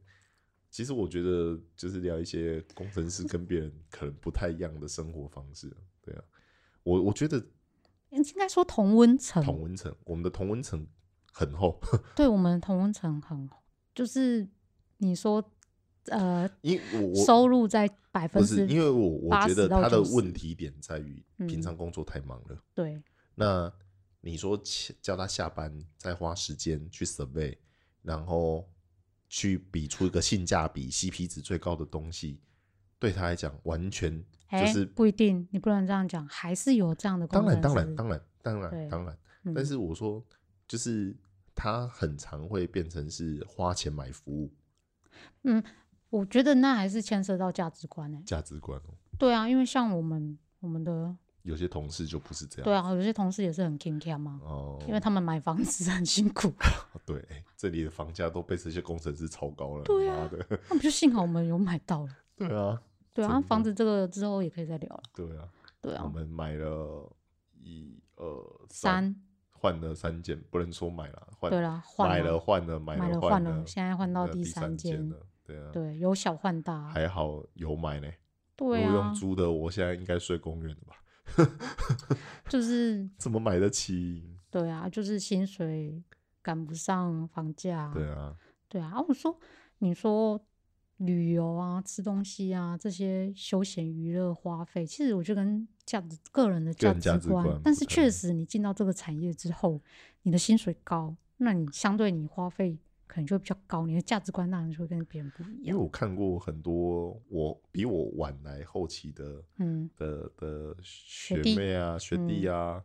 Speaker 1: 其实我觉得就是聊一些工程师跟别人可能不太一样的生活方式，对啊，我我觉得
Speaker 2: 嗯应该说同温层，
Speaker 1: 同温层，我们的同温层很厚，
Speaker 2: 对我们同温层很，就是你说呃，
Speaker 1: 因为我我
Speaker 2: 收入在百分
Speaker 1: 不是，
Speaker 2: 之
Speaker 1: 因为我我觉
Speaker 2: 80
Speaker 1: 得
Speaker 2: 到
Speaker 1: 他的
Speaker 2: 90
Speaker 1: 问题点在于平
Speaker 2: 嗯
Speaker 1: 常工作太忙了。
Speaker 2: 对，
Speaker 1: 那你说切叫他下班再花时间去 survey，然后去比出一个性价比、CP 值最高的东西，对他来讲完全就
Speaker 2: 哎、
Speaker 1: 是、
Speaker 2: 不一定，你不能这样讲，还是有这样的
Speaker 1: 当
Speaker 2: 工
Speaker 1: 然
Speaker 2: 程
Speaker 1: 当然
Speaker 2: 师
Speaker 1: 当然当然
Speaker 2: 对
Speaker 1: 当然，
Speaker 2: 嗯
Speaker 1: 但是我说就是他很常会变成是花钱买服务
Speaker 2: 我觉得那还是牵涉到价值观哎、
Speaker 1: 价值观哦，
Speaker 2: 对啊，因为像我们我们的
Speaker 1: 有些同事就不是这样。
Speaker 2: 对啊，有些同事也是很 king cam 嘛、
Speaker 1: 哦，
Speaker 2: 因为他们买房子很辛 苦，
Speaker 1: 对，哎这里的房价都被这些工程师炒高了，
Speaker 2: 对
Speaker 1: 妈
Speaker 2: 啊
Speaker 1: 的，
Speaker 2: 那不就幸好我们有买到了。
Speaker 1: 对啊，
Speaker 2: 对
Speaker 1: 真
Speaker 2: 啊，
Speaker 1: 的
Speaker 2: 房子这个之后也可以再聊了。
Speaker 1: 对啊，
Speaker 2: 对
Speaker 1: 我
Speaker 2: 啊，
Speaker 1: 们买了一二
Speaker 2: 三，
Speaker 1: 换了三件，不能说买了，换
Speaker 2: 对啦，换
Speaker 1: 买了换了买
Speaker 2: 买了
Speaker 1: 换
Speaker 2: 换了现在换到
Speaker 1: 那
Speaker 2: 第
Speaker 1: 第
Speaker 2: 三
Speaker 1: 件
Speaker 2: 间
Speaker 1: 了，对啊，
Speaker 2: 对，由小换大啊，
Speaker 1: 还好有买呢。
Speaker 2: 对
Speaker 1: 如果
Speaker 2: 啊
Speaker 1: 用，租的，我现在应该睡公园了吧？
Speaker 2: 就是
Speaker 1: 怎么买得起？
Speaker 2: 对啊，就是薪水赶不上房价啊，
Speaker 1: 对啊，
Speaker 2: 对啊，啊我说你说旅游啊、吃东西啊这些休闲娱乐花费，其实我就跟价值个人的
Speaker 1: 个
Speaker 2: 价
Speaker 1: 人价
Speaker 2: 值
Speaker 1: 值
Speaker 2: 观，
Speaker 1: 观
Speaker 2: 但
Speaker 1: 不
Speaker 2: 是
Speaker 1: 太
Speaker 2: 确
Speaker 1: 一
Speaker 2: 实你进到这个产业之后，你的薪水高，那你相对你花费可能就会比较高，你的价值观当然就会跟别人不一
Speaker 1: 因为
Speaker 2: 样。
Speaker 1: 我看过很多我比我晚来后期的
Speaker 2: 嗯，
Speaker 1: 的的学
Speaker 2: 弟嗯
Speaker 1: 妹啊、学弟啊，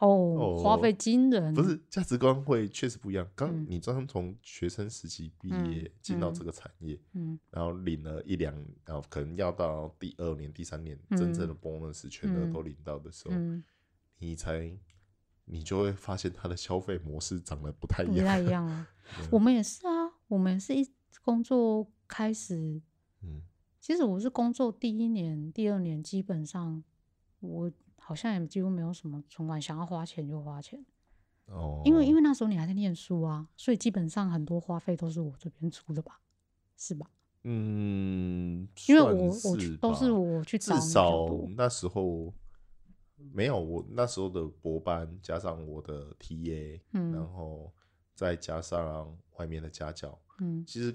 Speaker 2: 哦，花
Speaker 1: 哦
Speaker 2: 费惊人，
Speaker 1: 不是价值观会确实不一样。
Speaker 2: 嗯
Speaker 1: 刚你刚从学生时期毕
Speaker 2: 嗯
Speaker 1: 业进到
Speaker 2: 嗯
Speaker 1: 这个产业，
Speaker 2: 嗯
Speaker 1: 然后领了一两，然后可能要到第二年、第三年，真正的 bonus 全额
Speaker 2: 嗯
Speaker 1: 都领到的时候，
Speaker 2: 嗯，
Speaker 1: 你才你就会发现它的消费模式长得不太
Speaker 2: 不
Speaker 1: 一样。
Speaker 2: 太一样 了。我们也是啊，我们也是一工作开始
Speaker 1: 嗯，
Speaker 2: 其实我是工作第一年、第二年，基本上我好像也几乎没有什么存款，想要花钱就花钱。
Speaker 1: 哦，
Speaker 2: 因为因为那时候你还在念书啊，所以基本上很多花费都是我这边出的吧，是吧？
Speaker 1: 嗯，
Speaker 2: 因为
Speaker 1: 算
Speaker 2: 我我去都
Speaker 1: 吧
Speaker 2: 是我去找
Speaker 1: 至
Speaker 2: 你比较
Speaker 1: 少
Speaker 2: 多，
Speaker 1: 那时候没有我那时候的博班，加上我的 TA，、
Speaker 2: 嗯
Speaker 1: 然后再加上外面的家教，
Speaker 2: 嗯
Speaker 1: 其实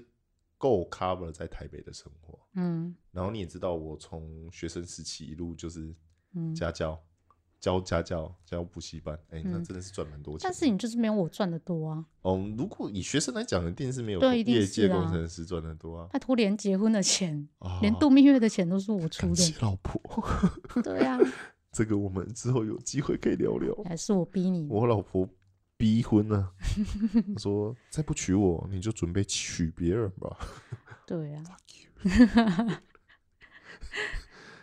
Speaker 1: 够 cover 在台北的生活。
Speaker 2: 嗯
Speaker 1: 然后你也知道，我从学生时期一路就是
Speaker 2: 嗯。
Speaker 1: 家教、教家教、教补习班，哎、那
Speaker 2: 嗯
Speaker 1: 真的是赚蛮多钱的。
Speaker 2: 但是你就是没有我赚的多啊，
Speaker 1: 嗯，如果以学生来讲，一定是没有
Speaker 2: 对一定
Speaker 1: 业
Speaker 2: 是
Speaker 1: 界
Speaker 2: 啊
Speaker 1: 工程师赚的多啊。
Speaker 2: 拜托，连结婚的钱，
Speaker 1: 啊
Speaker 2: 连度蜜月的钱都是我出
Speaker 1: 感谢
Speaker 2: 的，
Speaker 1: 老婆，
Speaker 2: 对啊，
Speaker 1: 这个我们之后有机会可以聊 聊。
Speaker 2: 还是我逼你的，
Speaker 1: 我老婆逼婚了、她说再不娶我，你就准备娶别人 吧。
Speaker 2: 对啊。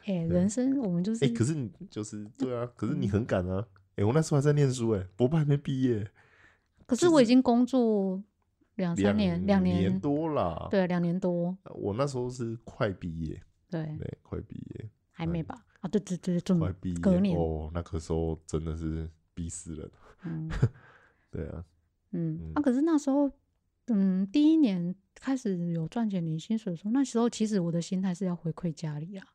Speaker 2: 哎、人生我们就是
Speaker 1: 哎、可是你就是对啊，可是
Speaker 2: 嗯
Speaker 1: 你很敢啊。哎、我那时候还在念书、哎，博班还没毕业，
Speaker 2: 可是我已经工作两哦三
Speaker 1: 两
Speaker 2: 年，两
Speaker 1: 年
Speaker 2: 年，
Speaker 1: 多啦。，
Speaker 2: 对，两年多，
Speaker 1: 我那时候是快毕业，
Speaker 2: 对，
Speaker 1: 对，快毕业，
Speaker 2: 还没吧？啊，对对对，准
Speaker 1: 快毕业
Speaker 2: 隔年，
Speaker 1: 哦，那个时候真的是逼死人。
Speaker 2: 嗯
Speaker 1: 对啊，
Speaker 2: 嗯
Speaker 1: 嗯
Speaker 2: 啊，可是那时候，嗯，第一年开始有赚钱领薪水的时候，那时候其实我的心态是要回馈家里啊，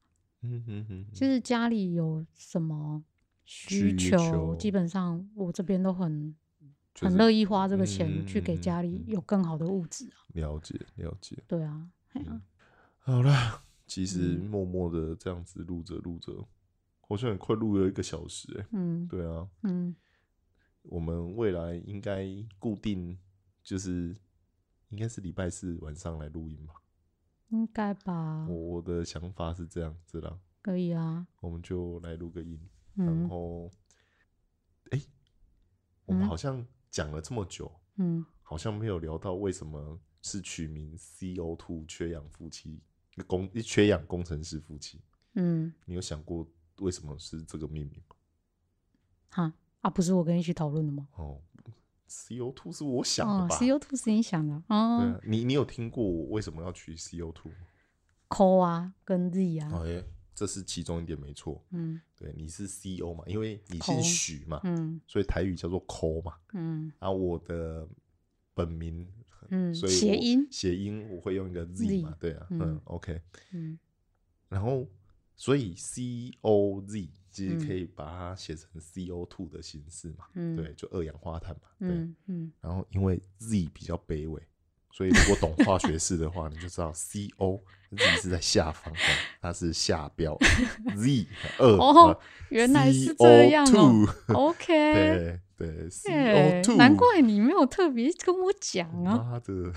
Speaker 1: 嗯嗯嗯，
Speaker 2: 就
Speaker 1: 嗯
Speaker 2: 是家里有什么需
Speaker 1: 需
Speaker 2: 求，基
Speaker 1: 求
Speaker 2: 本上我这边都很。
Speaker 1: 就
Speaker 2: 很
Speaker 1: 是
Speaker 2: 乐意花这个钱去给
Speaker 1: 嗯嗯嗯
Speaker 2: 家里
Speaker 1: 嗯
Speaker 2: 有更好的物质啊，
Speaker 1: 了解了解。
Speaker 2: 对啊，哎呀
Speaker 1: 嗯好啦，其实
Speaker 2: 嗯
Speaker 1: 默默的这样子录着录着，好像很快录了一个小时哎、
Speaker 2: 嗯
Speaker 1: 对啊，
Speaker 2: 嗯，
Speaker 1: 我们未来应该固定就是应该是礼拜四晚上来录音吧。
Speaker 2: 应该吧
Speaker 1: 我，我的想法是这样子啦，
Speaker 2: 可以啊，
Speaker 1: 我们就来录个音，然
Speaker 2: 嗯
Speaker 1: 后哎、我们
Speaker 2: 嗯
Speaker 1: 好像讲了这么久，
Speaker 2: 嗯。
Speaker 1: 好像没有聊到为什么是取名 CO two 缺氧夫妻工缺氧工程师夫妻。
Speaker 2: 嗯，
Speaker 1: 你有想过为什么是这个命名吗？
Speaker 2: 哈啊，不是我跟你一起讨论的吗？
Speaker 1: 哦，CO two 是我想
Speaker 2: 哦
Speaker 1: 的吧？
Speaker 2: ，C O Two 是你想的
Speaker 1: 对
Speaker 2: 哦
Speaker 1: 啊，你你有听过我为什么要取 CO two 吗？
Speaker 2: ，Co 啊跟 Z 啊，
Speaker 1: 哦耶，这是其中一点没错。
Speaker 2: 嗯
Speaker 1: 对，你是 CO 嘛，因为你姓
Speaker 2: 抠
Speaker 1: 许嘛，
Speaker 2: 嗯
Speaker 1: 所以台语叫做抠嘛。
Speaker 2: 嗯
Speaker 1: 然后我的本名，
Speaker 2: 嗯，
Speaker 1: 所以
Speaker 2: 谐
Speaker 1: 我
Speaker 2: 音，
Speaker 1: 谐音我会用一个 Z
Speaker 2: Z，
Speaker 1: 嘛，对啊，
Speaker 2: 嗯
Speaker 1: 嗯，OK。
Speaker 2: 嗯
Speaker 1: 然后，所以 C O Z 其
Speaker 2: 嗯
Speaker 1: 实可以把它写成 C O two 的形式嘛，
Speaker 2: 嗯，
Speaker 1: 对，，就二氧化碳嘛，对。
Speaker 2: 嗯嗯
Speaker 1: 然后因为 Z 比较卑微，所以如果懂化学式的话，你就知道 C O Z 是在下方的，它是下标 Z 二。
Speaker 2: 哦
Speaker 1: 呃
Speaker 2: 原来是这样哦
Speaker 1: CO2
Speaker 2: ，OK，
Speaker 1: 对对
Speaker 2: 哎
Speaker 1: ，C O two，
Speaker 2: 难怪你没有特别跟我讲 啊，
Speaker 1: 妈的
Speaker 2: 哦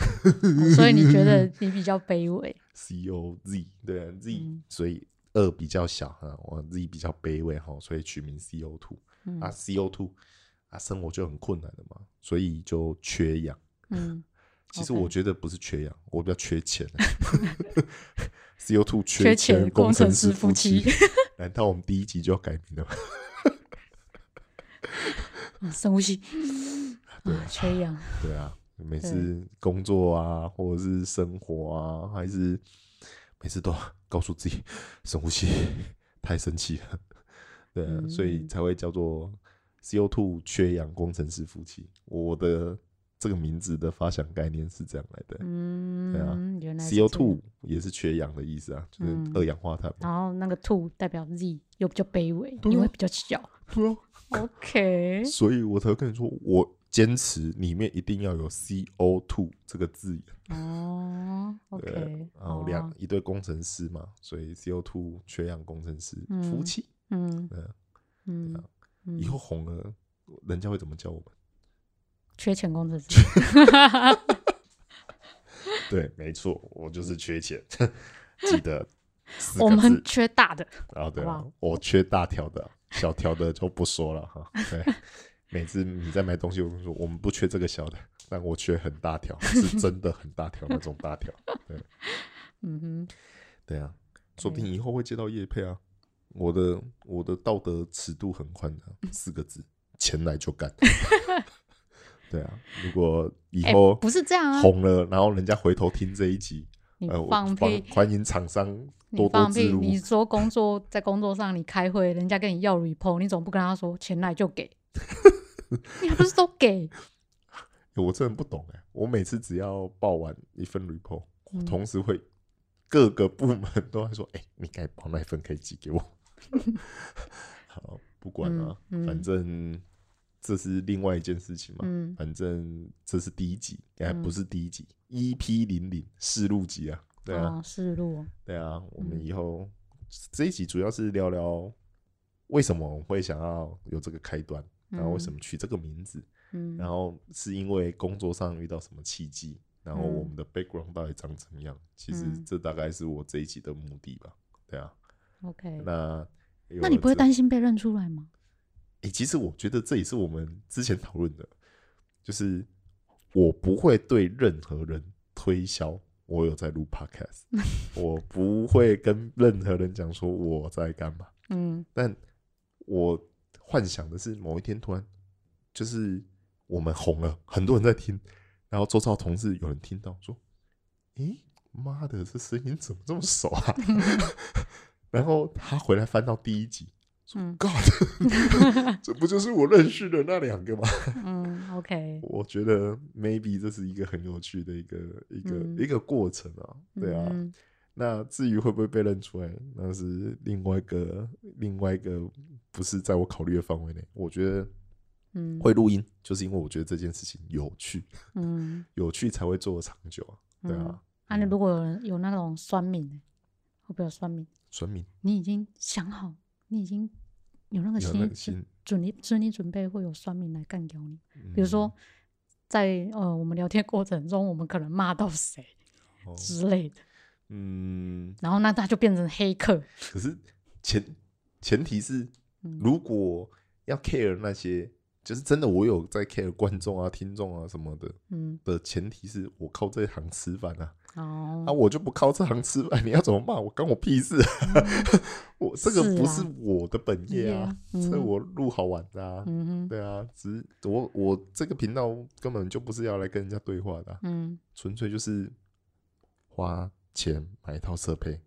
Speaker 2: 所以你觉得你比较卑微，
Speaker 1: C O Z 对啊 Z，
Speaker 2: 嗯
Speaker 1: 所以二比较小啊，我 Z 比较卑微哈，所以取名 C O two
Speaker 2: 嗯
Speaker 1: 啊 C O two 啊，生活就很困难了嘛，所以就缺氧。
Speaker 2: 嗯，
Speaker 1: 其实
Speaker 2: OK
Speaker 1: 我觉得不是缺氧，我比较缺钱。CO two
Speaker 2: 缺
Speaker 1: 钱
Speaker 2: 钱，
Speaker 1: 工
Speaker 2: 工程
Speaker 1: 师
Speaker 2: 师夫
Speaker 1: 妻
Speaker 2: 妻。
Speaker 1: 难道我们第一集就要改名了吗？
Speaker 2: 嗯深呼 吸，啊，缺氧，
Speaker 1: 对啊，每次工作啊，或者是生活啊，还是每次都要告诉自己深呼吸，太生气了。对啊、所以
Speaker 2: 嗯
Speaker 1: 才会叫做 CO two 缺氧工程师服务器。我的这个名字的发想概念是这样来的。
Speaker 2: 嗯，
Speaker 1: 对啊
Speaker 2: 原来是
Speaker 1: CO
Speaker 2: 这样
Speaker 1: two 也是缺氧的意思啊，就是
Speaker 2: 嗯
Speaker 1: 二氧化碳嘛。
Speaker 2: 然后那个 two 代表 Z 又比较卑微，
Speaker 1: 对啊
Speaker 2: 因为比较小。
Speaker 1: 对啊
Speaker 2: OK，
Speaker 1: 所以我才会跟你说，我坚持里面一定要有 CO two 这个字眼。
Speaker 2: 哦，OK，
Speaker 1: 然后
Speaker 2: 好
Speaker 1: 两、
Speaker 2: 啊
Speaker 1: 一对工程师嘛，所以 CO two 缺氧工程师服务
Speaker 2: 嗯
Speaker 1: 器、
Speaker 2: 嗯
Speaker 1: 对啊
Speaker 2: 嗯嗯，
Speaker 1: 以后红了，人家会怎么叫我们？
Speaker 2: 缺钱工程师，
Speaker 1: 对，没错，我就是缺钱， 记得四
Speaker 2: 我
Speaker 1: 个
Speaker 2: 们
Speaker 1: 字
Speaker 2: 缺大的。
Speaker 1: 啊，对
Speaker 2: 好
Speaker 1: 啊
Speaker 2: 不，
Speaker 1: 我缺大条的，小条的就不说了哈。对，每次你在买东西，我跟你说，我们不缺这个小的，但我缺很大条，是真的很大条那种大条。
Speaker 2: 嗯
Speaker 1: 对啊，说不定以后会接到叶配啊。我的我的道德尺度很宽的、四个字，钱来就 干。对啊，如果以
Speaker 2: 哼，哎
Speaker 1: 后、，
Speaker 2: 不是这样啊，
Speaker 1: 红了，然后人家回头听这一集，
Speaker 2: 你
Speaker 1: 呃，我
Speaker 2: 放屁，
Speaker 1: 欢迎厂商
Speaker 2: 你
Speaker 1: 多多
Speaker 2: 放
Speaker 1: 植
Speaker 2: 屁！
Speaker 1: 入。
Speaker 2: 你说工作在工作上，你开会，人家跟你要 report，你总不跟他说钱来 就给，你还不是都给？
Speaker 1: 欸我真的不懂哎、我每次只要报完一份 report，、
Speaker 2: 嗯
Speaker 1: 同时会各个部门 都会说：“哎、你该报那一份可以寄给我。” 好，不管了、
Speaker 2: 嗯嗯
Speaker 1: 反正这是另外一件事情嘛。
Speaker 2: 嗯
Speaker 1: 反正这是第一集，哎、
Speaker 2: 嗯
Speaker 1: 不是第一集，EP 零零试录集啊，对啊，
Speaker 2: 哦，是路，
Speaker 1: 对啊，我们
Speaker 2: 嗯
Speaker 1: 以后、这一集主要是聊聊为什么我们会想要有这个开端，然后为什
Speaker 2: 嗯
Speaker 1: 么取这个名字，
Speaker 2: 嗯，
Speaker 1: 然后是因为工作上遇到什么契机，然后我们的 background 到底长怎么样？其实
Speaker 2: 嗯
Speaker 1: 这大概是我这一集的目的吧。对啊，
Speaker 2: OK，
Speaker 1: 那
Speaker 2: 那你不会
Speaker 1: 担？
Speaker 2: 担心被认出 来吗？
Speaker 1: 诶、其实我觉得这也是我们之前讨论的，就是我不会对任何人推销我有在录 podcast，我不会跟任何人讲说我在干嘛。
Speaker 2: 嗯
Speaker 1: 但我幻想的是某一天突然就是我们红了，很多人在听，然后周遭同事有人听到说：“咦，妈的，这声音怎么这么熟 啊？” 然后他回来翻到第一集，说
Speaker 2: 嗯
Speaker 1: ：“God，这不就是我认识的那两个吗
Speaker 2: 嗯，OK，？”
Speaker 1: 我觉得 maybe 这是一个很有趣的一个一个、
Speaker 2: 嗯
Speaker 1: 一个过程啊，对啊。
Speaker 2: 嗯
Speaker 1: 那至于会不会被认出来，那是另外一个另外一个不是在我考虑的范围内。我觉得
Speaker 2: 嗯
Speaker 1: 会录音，就是因为我觉得这件事情有趣，
Speaker 2: 嗯，
Speaker 1: 有趣才会做得长久啊。对
Speaker 2: 嗯
Speaker 1: 啊，
Speaker 2: 啊，那如果有人有那种酸敏呢，会不会有酸敏？
Speaker 1: 村民
Speaker 2: 你已经想好，你已经有那个
Speaker 1: 有那
Speaker 2: 心
Speaker 1: 个，心，
Speaker 2: 准你准你准备会有酸民来干掉你。
Speaker 1: 嗯
Speaker 2: 比如说，在呃我们聊天过程中，我们可能骂到谁
Speaker 1: 哦
Speaker 2: 之类的，
Speaker 1: 嗯，
Speaker 2: 然后那他就变成黑客。
Speaker 1: 可是前前提是，
Speaker 2: 嗯
Speaker 1: 如果要 care 那些，就是真的我有在 care 观众啊、听众啊什么的
Speaker 2: 嗯，
Speaker 1: 的前提是我靠这行吃饭啊。啊，
Speaker 2: 哦，
Speaker 1: 我就不靠这行吃饭，你要怎么骂我，关我屁事啊！我这个
Speaker 2: 是
Speaker 1: 不
Speaker 2: 啊
Speaker 1: 是我的本业啊，
Speaker 2: 嗯
Speaker 1: 这我录好玩的啊，
Speaker 2: 嗯哼，
Speaker 1: 对啊，只是我我这个频道根本就不是要来跟人家对话的啊、
Speaker 2: 嗯，
Speaker 1: 纯粹就是花钱买一套设备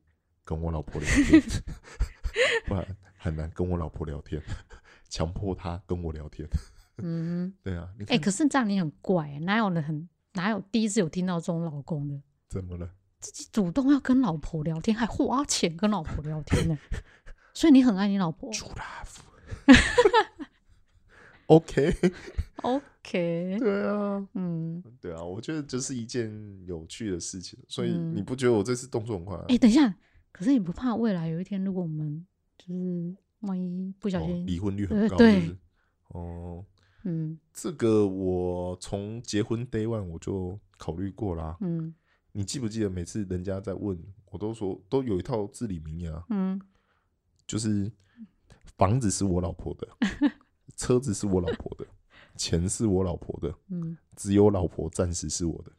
Speaker 1: 跟我老婆聊天， 不然很难跟我老婆聊天，强迫她跟我聊天，
Speaker 2: 嗯哼，
Speaker 1: 对啊，你
Speaker 2: 哎、
Speaker 1: 看
Speaker 2: 可是这样你很怪、欸哪有人很哪有第一次有听到这种老公的？
Speaker 1: 怎么了？
Speaker 2: 自己主动要跟老婆聊天，还花钱跟老婆聊天 呢、所以你很爱你老婆
Speaker 1: 主拉夫，OK，
Speaker 2: ，OK，
Speaker 1: 对啊。
Speaker 2: 嗯，
Speaker 1: 对啊，我觉得这是一件有趣的事情，所以
Speaker 2: 嗯
Speaker 1: 你不觉得我这次动作很快、啊
Speaker 2: 哎、等一下，可是你不怕未来有一天，如果我们就是万一不小
Speaker 1: 哦
Speaker 2: 心，，
Speaker 1: 离婚率很高，
Speaker 2: 呃对
Speaker 1: 是不是？哦，
Speaker 2: 嗯
Speaker 1: 这个我从结婚 day one 我就考虑过啦。
Speaker 2: 嗯
Speaker 1: 你记不记得每次人家在问，我都说都有一套至理名言啊，
Speaker 2: 嗯，
Speaker 1: 就是房子是我老婆 的，车子是我老婆的，钱是我老婆的，
Speaker 2: 嗯，
Speaker 1: 只有老婆暂时是我的，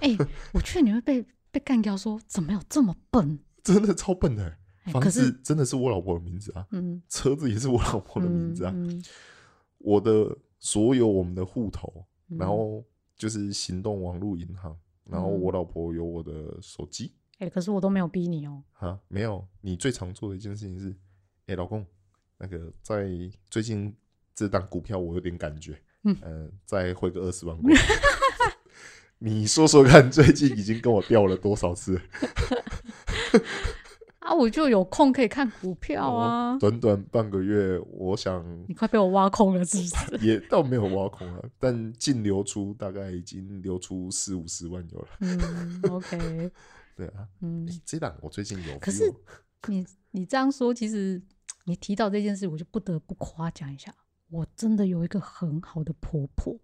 Speaker 2: 哎、我觉得你会被被干掉说怎么有这么笨？
Speaker 1: 真的超笨的欸、
Speaker 2: 哎
Speaker 1: 房
Speaker 2: 可
Speaker 1: 子
Speaker 2: 是，
Speaker 1: 真的是我老婆的名字啊，
Speaker 2: 嗯，
Speaker 1: 车子也是我老婆的名字啊。
Speaker 2: 嗯
Speaker 1: 我的所有我们的户头，
Speaker 2: 嗯
Speaker 1: 然后就是行动网络银行，然后
Speaker 2: 嗯
Speaker 1: 我老婆有我的手机
Speaker 2: 哎、可是我都没有逼你哦、
Speaker 1: 啊，没有。你最常做的一件事情是，哎、老公，哎、那个在最近这档股票我有点感觉，嗯、呃，再汇个二十万过来。 你说说看，最近已经跟我掉了多少 次？
Speaker 2: 啊，我就有空可以看股票啊
Speaker 1: 我。短短半个月，我想
Speaker 2: 你快被我挖空了，是不是？
Speaker 1: 也倒没有挖空了，但净流出大概已经流出四五十万有了。
Speaker 2: 嗯，OK，
Speaker 1: 对啊，
Speaker 2: 嗯，
Speaker 1: 诶这档我最近有 feel，
Speaker 2: 可是你你这样说，其实你提到这件事，我就不得不夸奖一下，我真的有一个很好的婆婆，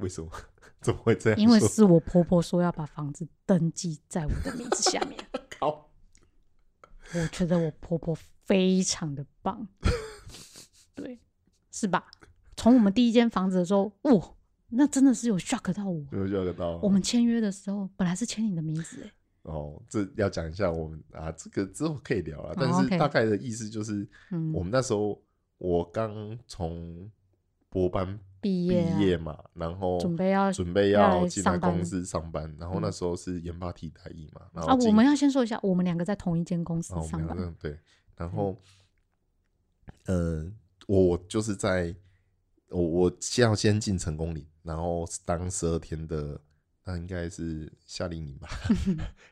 Speaker 1: 为什么 怎么会这样说？
Speaker 2: 因为是我婆婆说要把房子登记在我的名字下面，
Speaker 1: 靠，
Speaker 2: 我觉得我婆婆非常的棒，对，是吧？从我们第一间房子的时候，哇，那真的是有 shock 到我。
Speaker 1: 有有个到
Speaker 2: 我们签约的时候，本来是签你的名字、欸，
Speaker 1: 哦，这要讲一下我们啊，这个之后可以聊了，但
Speaker 2: 哦
Speaker 1: 是
Speaker 2: ，OK
Speaker 1: 大概的意思就是，
Speaker 2: 嗯
Speaker 1: 我们那时候我刚从博班毕
Speaker 2: 毕业啊
Speaker 1: 业嘛，然后
Speaker 2: 准备要
Speaker 1: 准备
Speaker 2: 要来
Speaker 1: 要进来
Speaker 2: 上班嗯
Speaker 1: 公司上班，然后那时候是研发替代役嘛，然后
Speaker 2: 啊，我
Speaker 1: 进
Speaker 2: 们要先说一下，我们两个在同一间公司
Speaker 1: 然后哦我
Speaker 2: 上
Speaker 1: 们
Speaker 2: 班
Speaker 1: 两，个对，然后，呃，我就是在我我先要先进成功岭，然后当十二天的，那应该是夏令 营吧，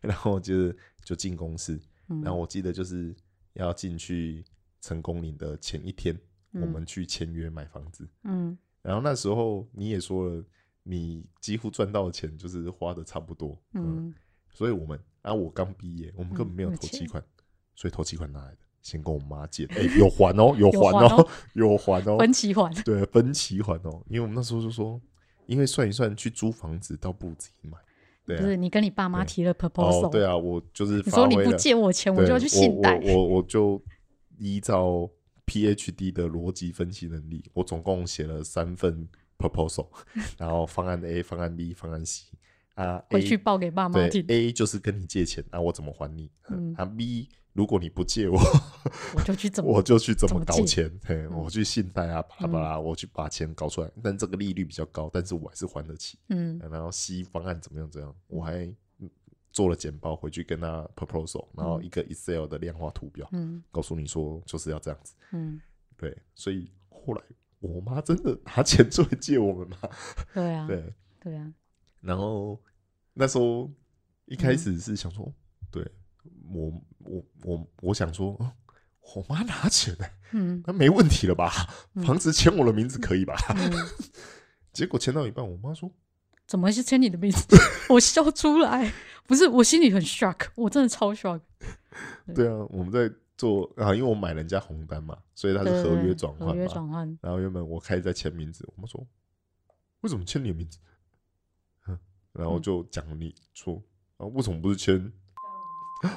Speaker 1: 然后就是就进公司，
Speaker 2: 嗯
Speaker 1: 然后我记得就是要进去成功岭的前一天，我
Speaker 2: 嗯
Speaker 1: 们去签约买房子，
Speaker 2: 嗯，
Speaker 1: 然后那时候你也说了，你几乎赚到的钱就是花的差不多，
Speaker 2: 嗯，
Speaker 1: 所以我们啊，我刚毕业，我们根本没有
Speaker 2: 嗯没有
Speaker 1: 投期
Speaker 2: 钱
Speaker 1: 款，所以投期款拿来的，先跟我妈借 的，哎、有还哦，有还
Speaker 2: 还哦
Speaker 1: 哦， 有还哦，
Speaker 2: 分期还，
Speaker 1: 对，分期还哦，因为我们那时候就说，因为算一算去租房子，倒不如自己买，对
Speaker 2: 不
Speaker 1: 啊，
Speaker 2: 是你跟你爸妈
Speaker 1: 对
Speaker 2: 提了 proposal，、
Speaker 1: 哦，对啊，我就是
Speaker 2: 你
Speaker 1: 发
Speaker 2: 说你
Speaker 1: 挥
Speaker 2: 不
Speaker 1: 了，
Speaker 2: 借我钱，我
Speaker 1: 对
Speaker 2: 就要去信贷，
Speaker 1: 我我我就依照 PhD 的逻辑分析能力，我总共写了三份 proposal，然 后方案 A、方案 B、方案 C 啊，
Speaker 2: 回
Speaker 1: A
Speaker 2: 去报给爸妈
Speaker 1: 对
Speaker 2: 听。
Speaker 1: A 就是跟你借钱，那、我怎么还你？
Speaker 2: 嗯
Speaker 1: 啊 B 如果你不借我，
Speaker 2: 我就去怎么
Speaker 1: 我就去怎
Speaker 2: 怎
Speaker 1: 么
Speaker 2: 么
Speaker 1: 搞
Speaker 2: 借嗯
Speaker 1: 钱？嘿，我去信贷啊，巴拉巴拉，我去把钱搞出来。但这个利率比较高，但是我还是还得起。
Speaker 2: 嗯
Speaker 1: 然后 C 方案怎么样？怎么样？我还嗯做了简报回去跟他 proposal，然后一个 Excel 的量化图表，
Speaker 2: 嗯
Speaker 1: 告诉你说就是要这样子。
Speaker 2: 嗯，
Speaker 1: 对，所以后来我妈真的拿钱出来借我们嘛？
Speaker 2: 对啊
Speaker 1: 对，
Speaker 2: 对啊，
Speaker 1: 然后嗯那时候一开始是想说，对我我我我想说，哦我妈拿钱呢、
Speaker 2: 嗯
Speaker 1: 那没问题了吧？房子签我的名字可以吧？
Speaker 2: 嗯，
Speaker 1: 结果签到一半，我妈说，
Speaker 2: 怎么是签你的名字？ 我笑出来，不是我心里很 shock，我真的超 shock，
Speaker 1: 对啊，我们在做啊，因为我买人家红单嘛，所以它是
Speaker 2: 对
Speaker 1: 合
Speaker 2: 对
Speaker 1: 约
Speaker 2: 对
Speaker 1: 转
Speaker 2: 合
Speaker 1: 换
Speaker 2: 约
Speaker 1: 嘛。
Speaker 2: 转换，
Speaker 1: 然后原本我开始在签名字，我妈说，为什么签你的名字？嗯然后
Speaker 2: 嗯
Speaker 1: 就讲你说，啊，为什么不是签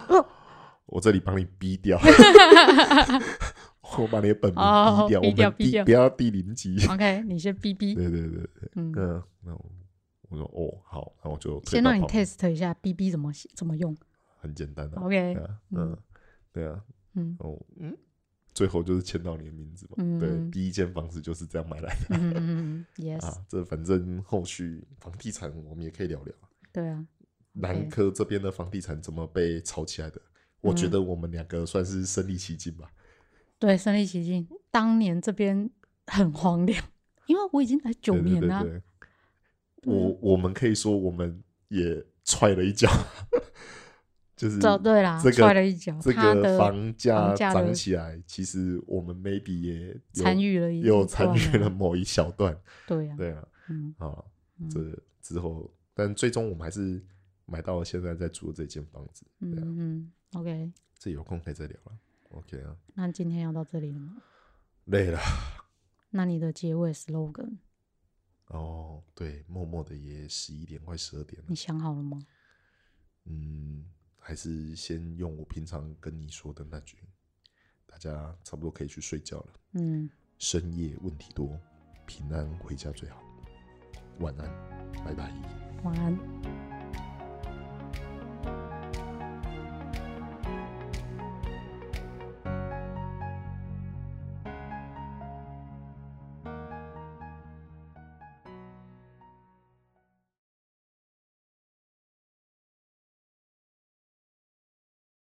Speaker 2: 哦？
Speaker 1: 我这里帮你逼 掉。 我把你的本
Speaker 2: 哦
Speaker 1: 名低调，我
Speaker 2: 逼掉
Speaker 1: 们
Speaker 2: 逼
Speaker 1: 低
Speaker 2: 掉
Speaker 1: 不要低零级。
Speaker 2: OK，你先逼逼，
Speaker 1: 对对对对，
Speaker 2: 嗯，
Speaker 1: 嗯，那我我说哦好，那我就退
Speaker 2: 先
Speaker 1: 到
Speaker 2: 让你
Speaker 1: 旁边
Speaker 2: test 一下逼逼怎么写怎么用
Speaker 1: 很简单的、啊，
Speaker 2: ，OK，
Speaker 1: 对啊，
Speaker 2: 嗯
Speaker 1: 嗯，对啊，
Speaker 2: 嗯
Speaker 1: 哦嗯，最后就是签到你的名字嘛，
Speaker 2: 嗯
Speaker 1: 对，第一间房子就是这样买来的
Speaker 2: 嗯嗯嗯嗯，yes，
Speaker 1: 啊，这反正后续房地产我们也可以聊聊，
Speaker 2: 对嗯啊，
Speaker 1: 南科这边的房地产怎么被炒起来的，我觉得我们两个算是身临其境吧，
Speaker 2: 对，身临其境。当年这边很荒凉，因为我已经来九
Speaker 1: 对对
Speaker 2: 年啊嗯
Speaker 1: 对
Speaker 2: 啦、
Speaker 1: 对，我我们可以说我们也踹了一脚， 就是
Speaker 2: 走对啦，
Speaker 1: 嗯这个
Speaker 2: 踹了一脚，
Speaker 1: 这
Speaker 2: 他
Speaker 1: 个
Speaker 2: 的
Speaker 1: 房价
Speaker 2: 房价的
Speaker 1: 涨起来，其实我们 maybe 也有
Speaker 2: 参与了一
Speaker 1: 有
Speaker 2: 一
Speaker 1: 参
Speaker 2: 段
Speaker 1: 与了
Speaker 2: 啊，
Speaker 1: 某一小段，
Speaker 2: 对呀、啊，
Speaker 1: 对啊，
Speaker 2: 嗯，
Speaker 1: 啊，
Speaker 2: 嗯
Speaker 1: 这之后，但最终我们还是买到了现在在住的这间房子，
Speaker 2: 嗯
Speaker 1: 对啊，
Speaker 2: 嗯，OK，
Speaker 1: 这有空可以再聊了。OK 啊，
Speaker 2: 那今天要到这里了吗？
Speaker 1: 累了
Speaker 2: 那你的结尾 slogan
Speaker 1: 哦，对，默默的也十一点快十二点了
Speaker 2: 你，想好了吗？
Speaker 1: 嗯，还是先用我平常跟你说的那句，大家差不多可以去睡觉了。
Speaker 2: 嗯，
Speaker 1: 深夜问题多，平安回家最好。晚安，拜拜。
Speaker 2: 晚安。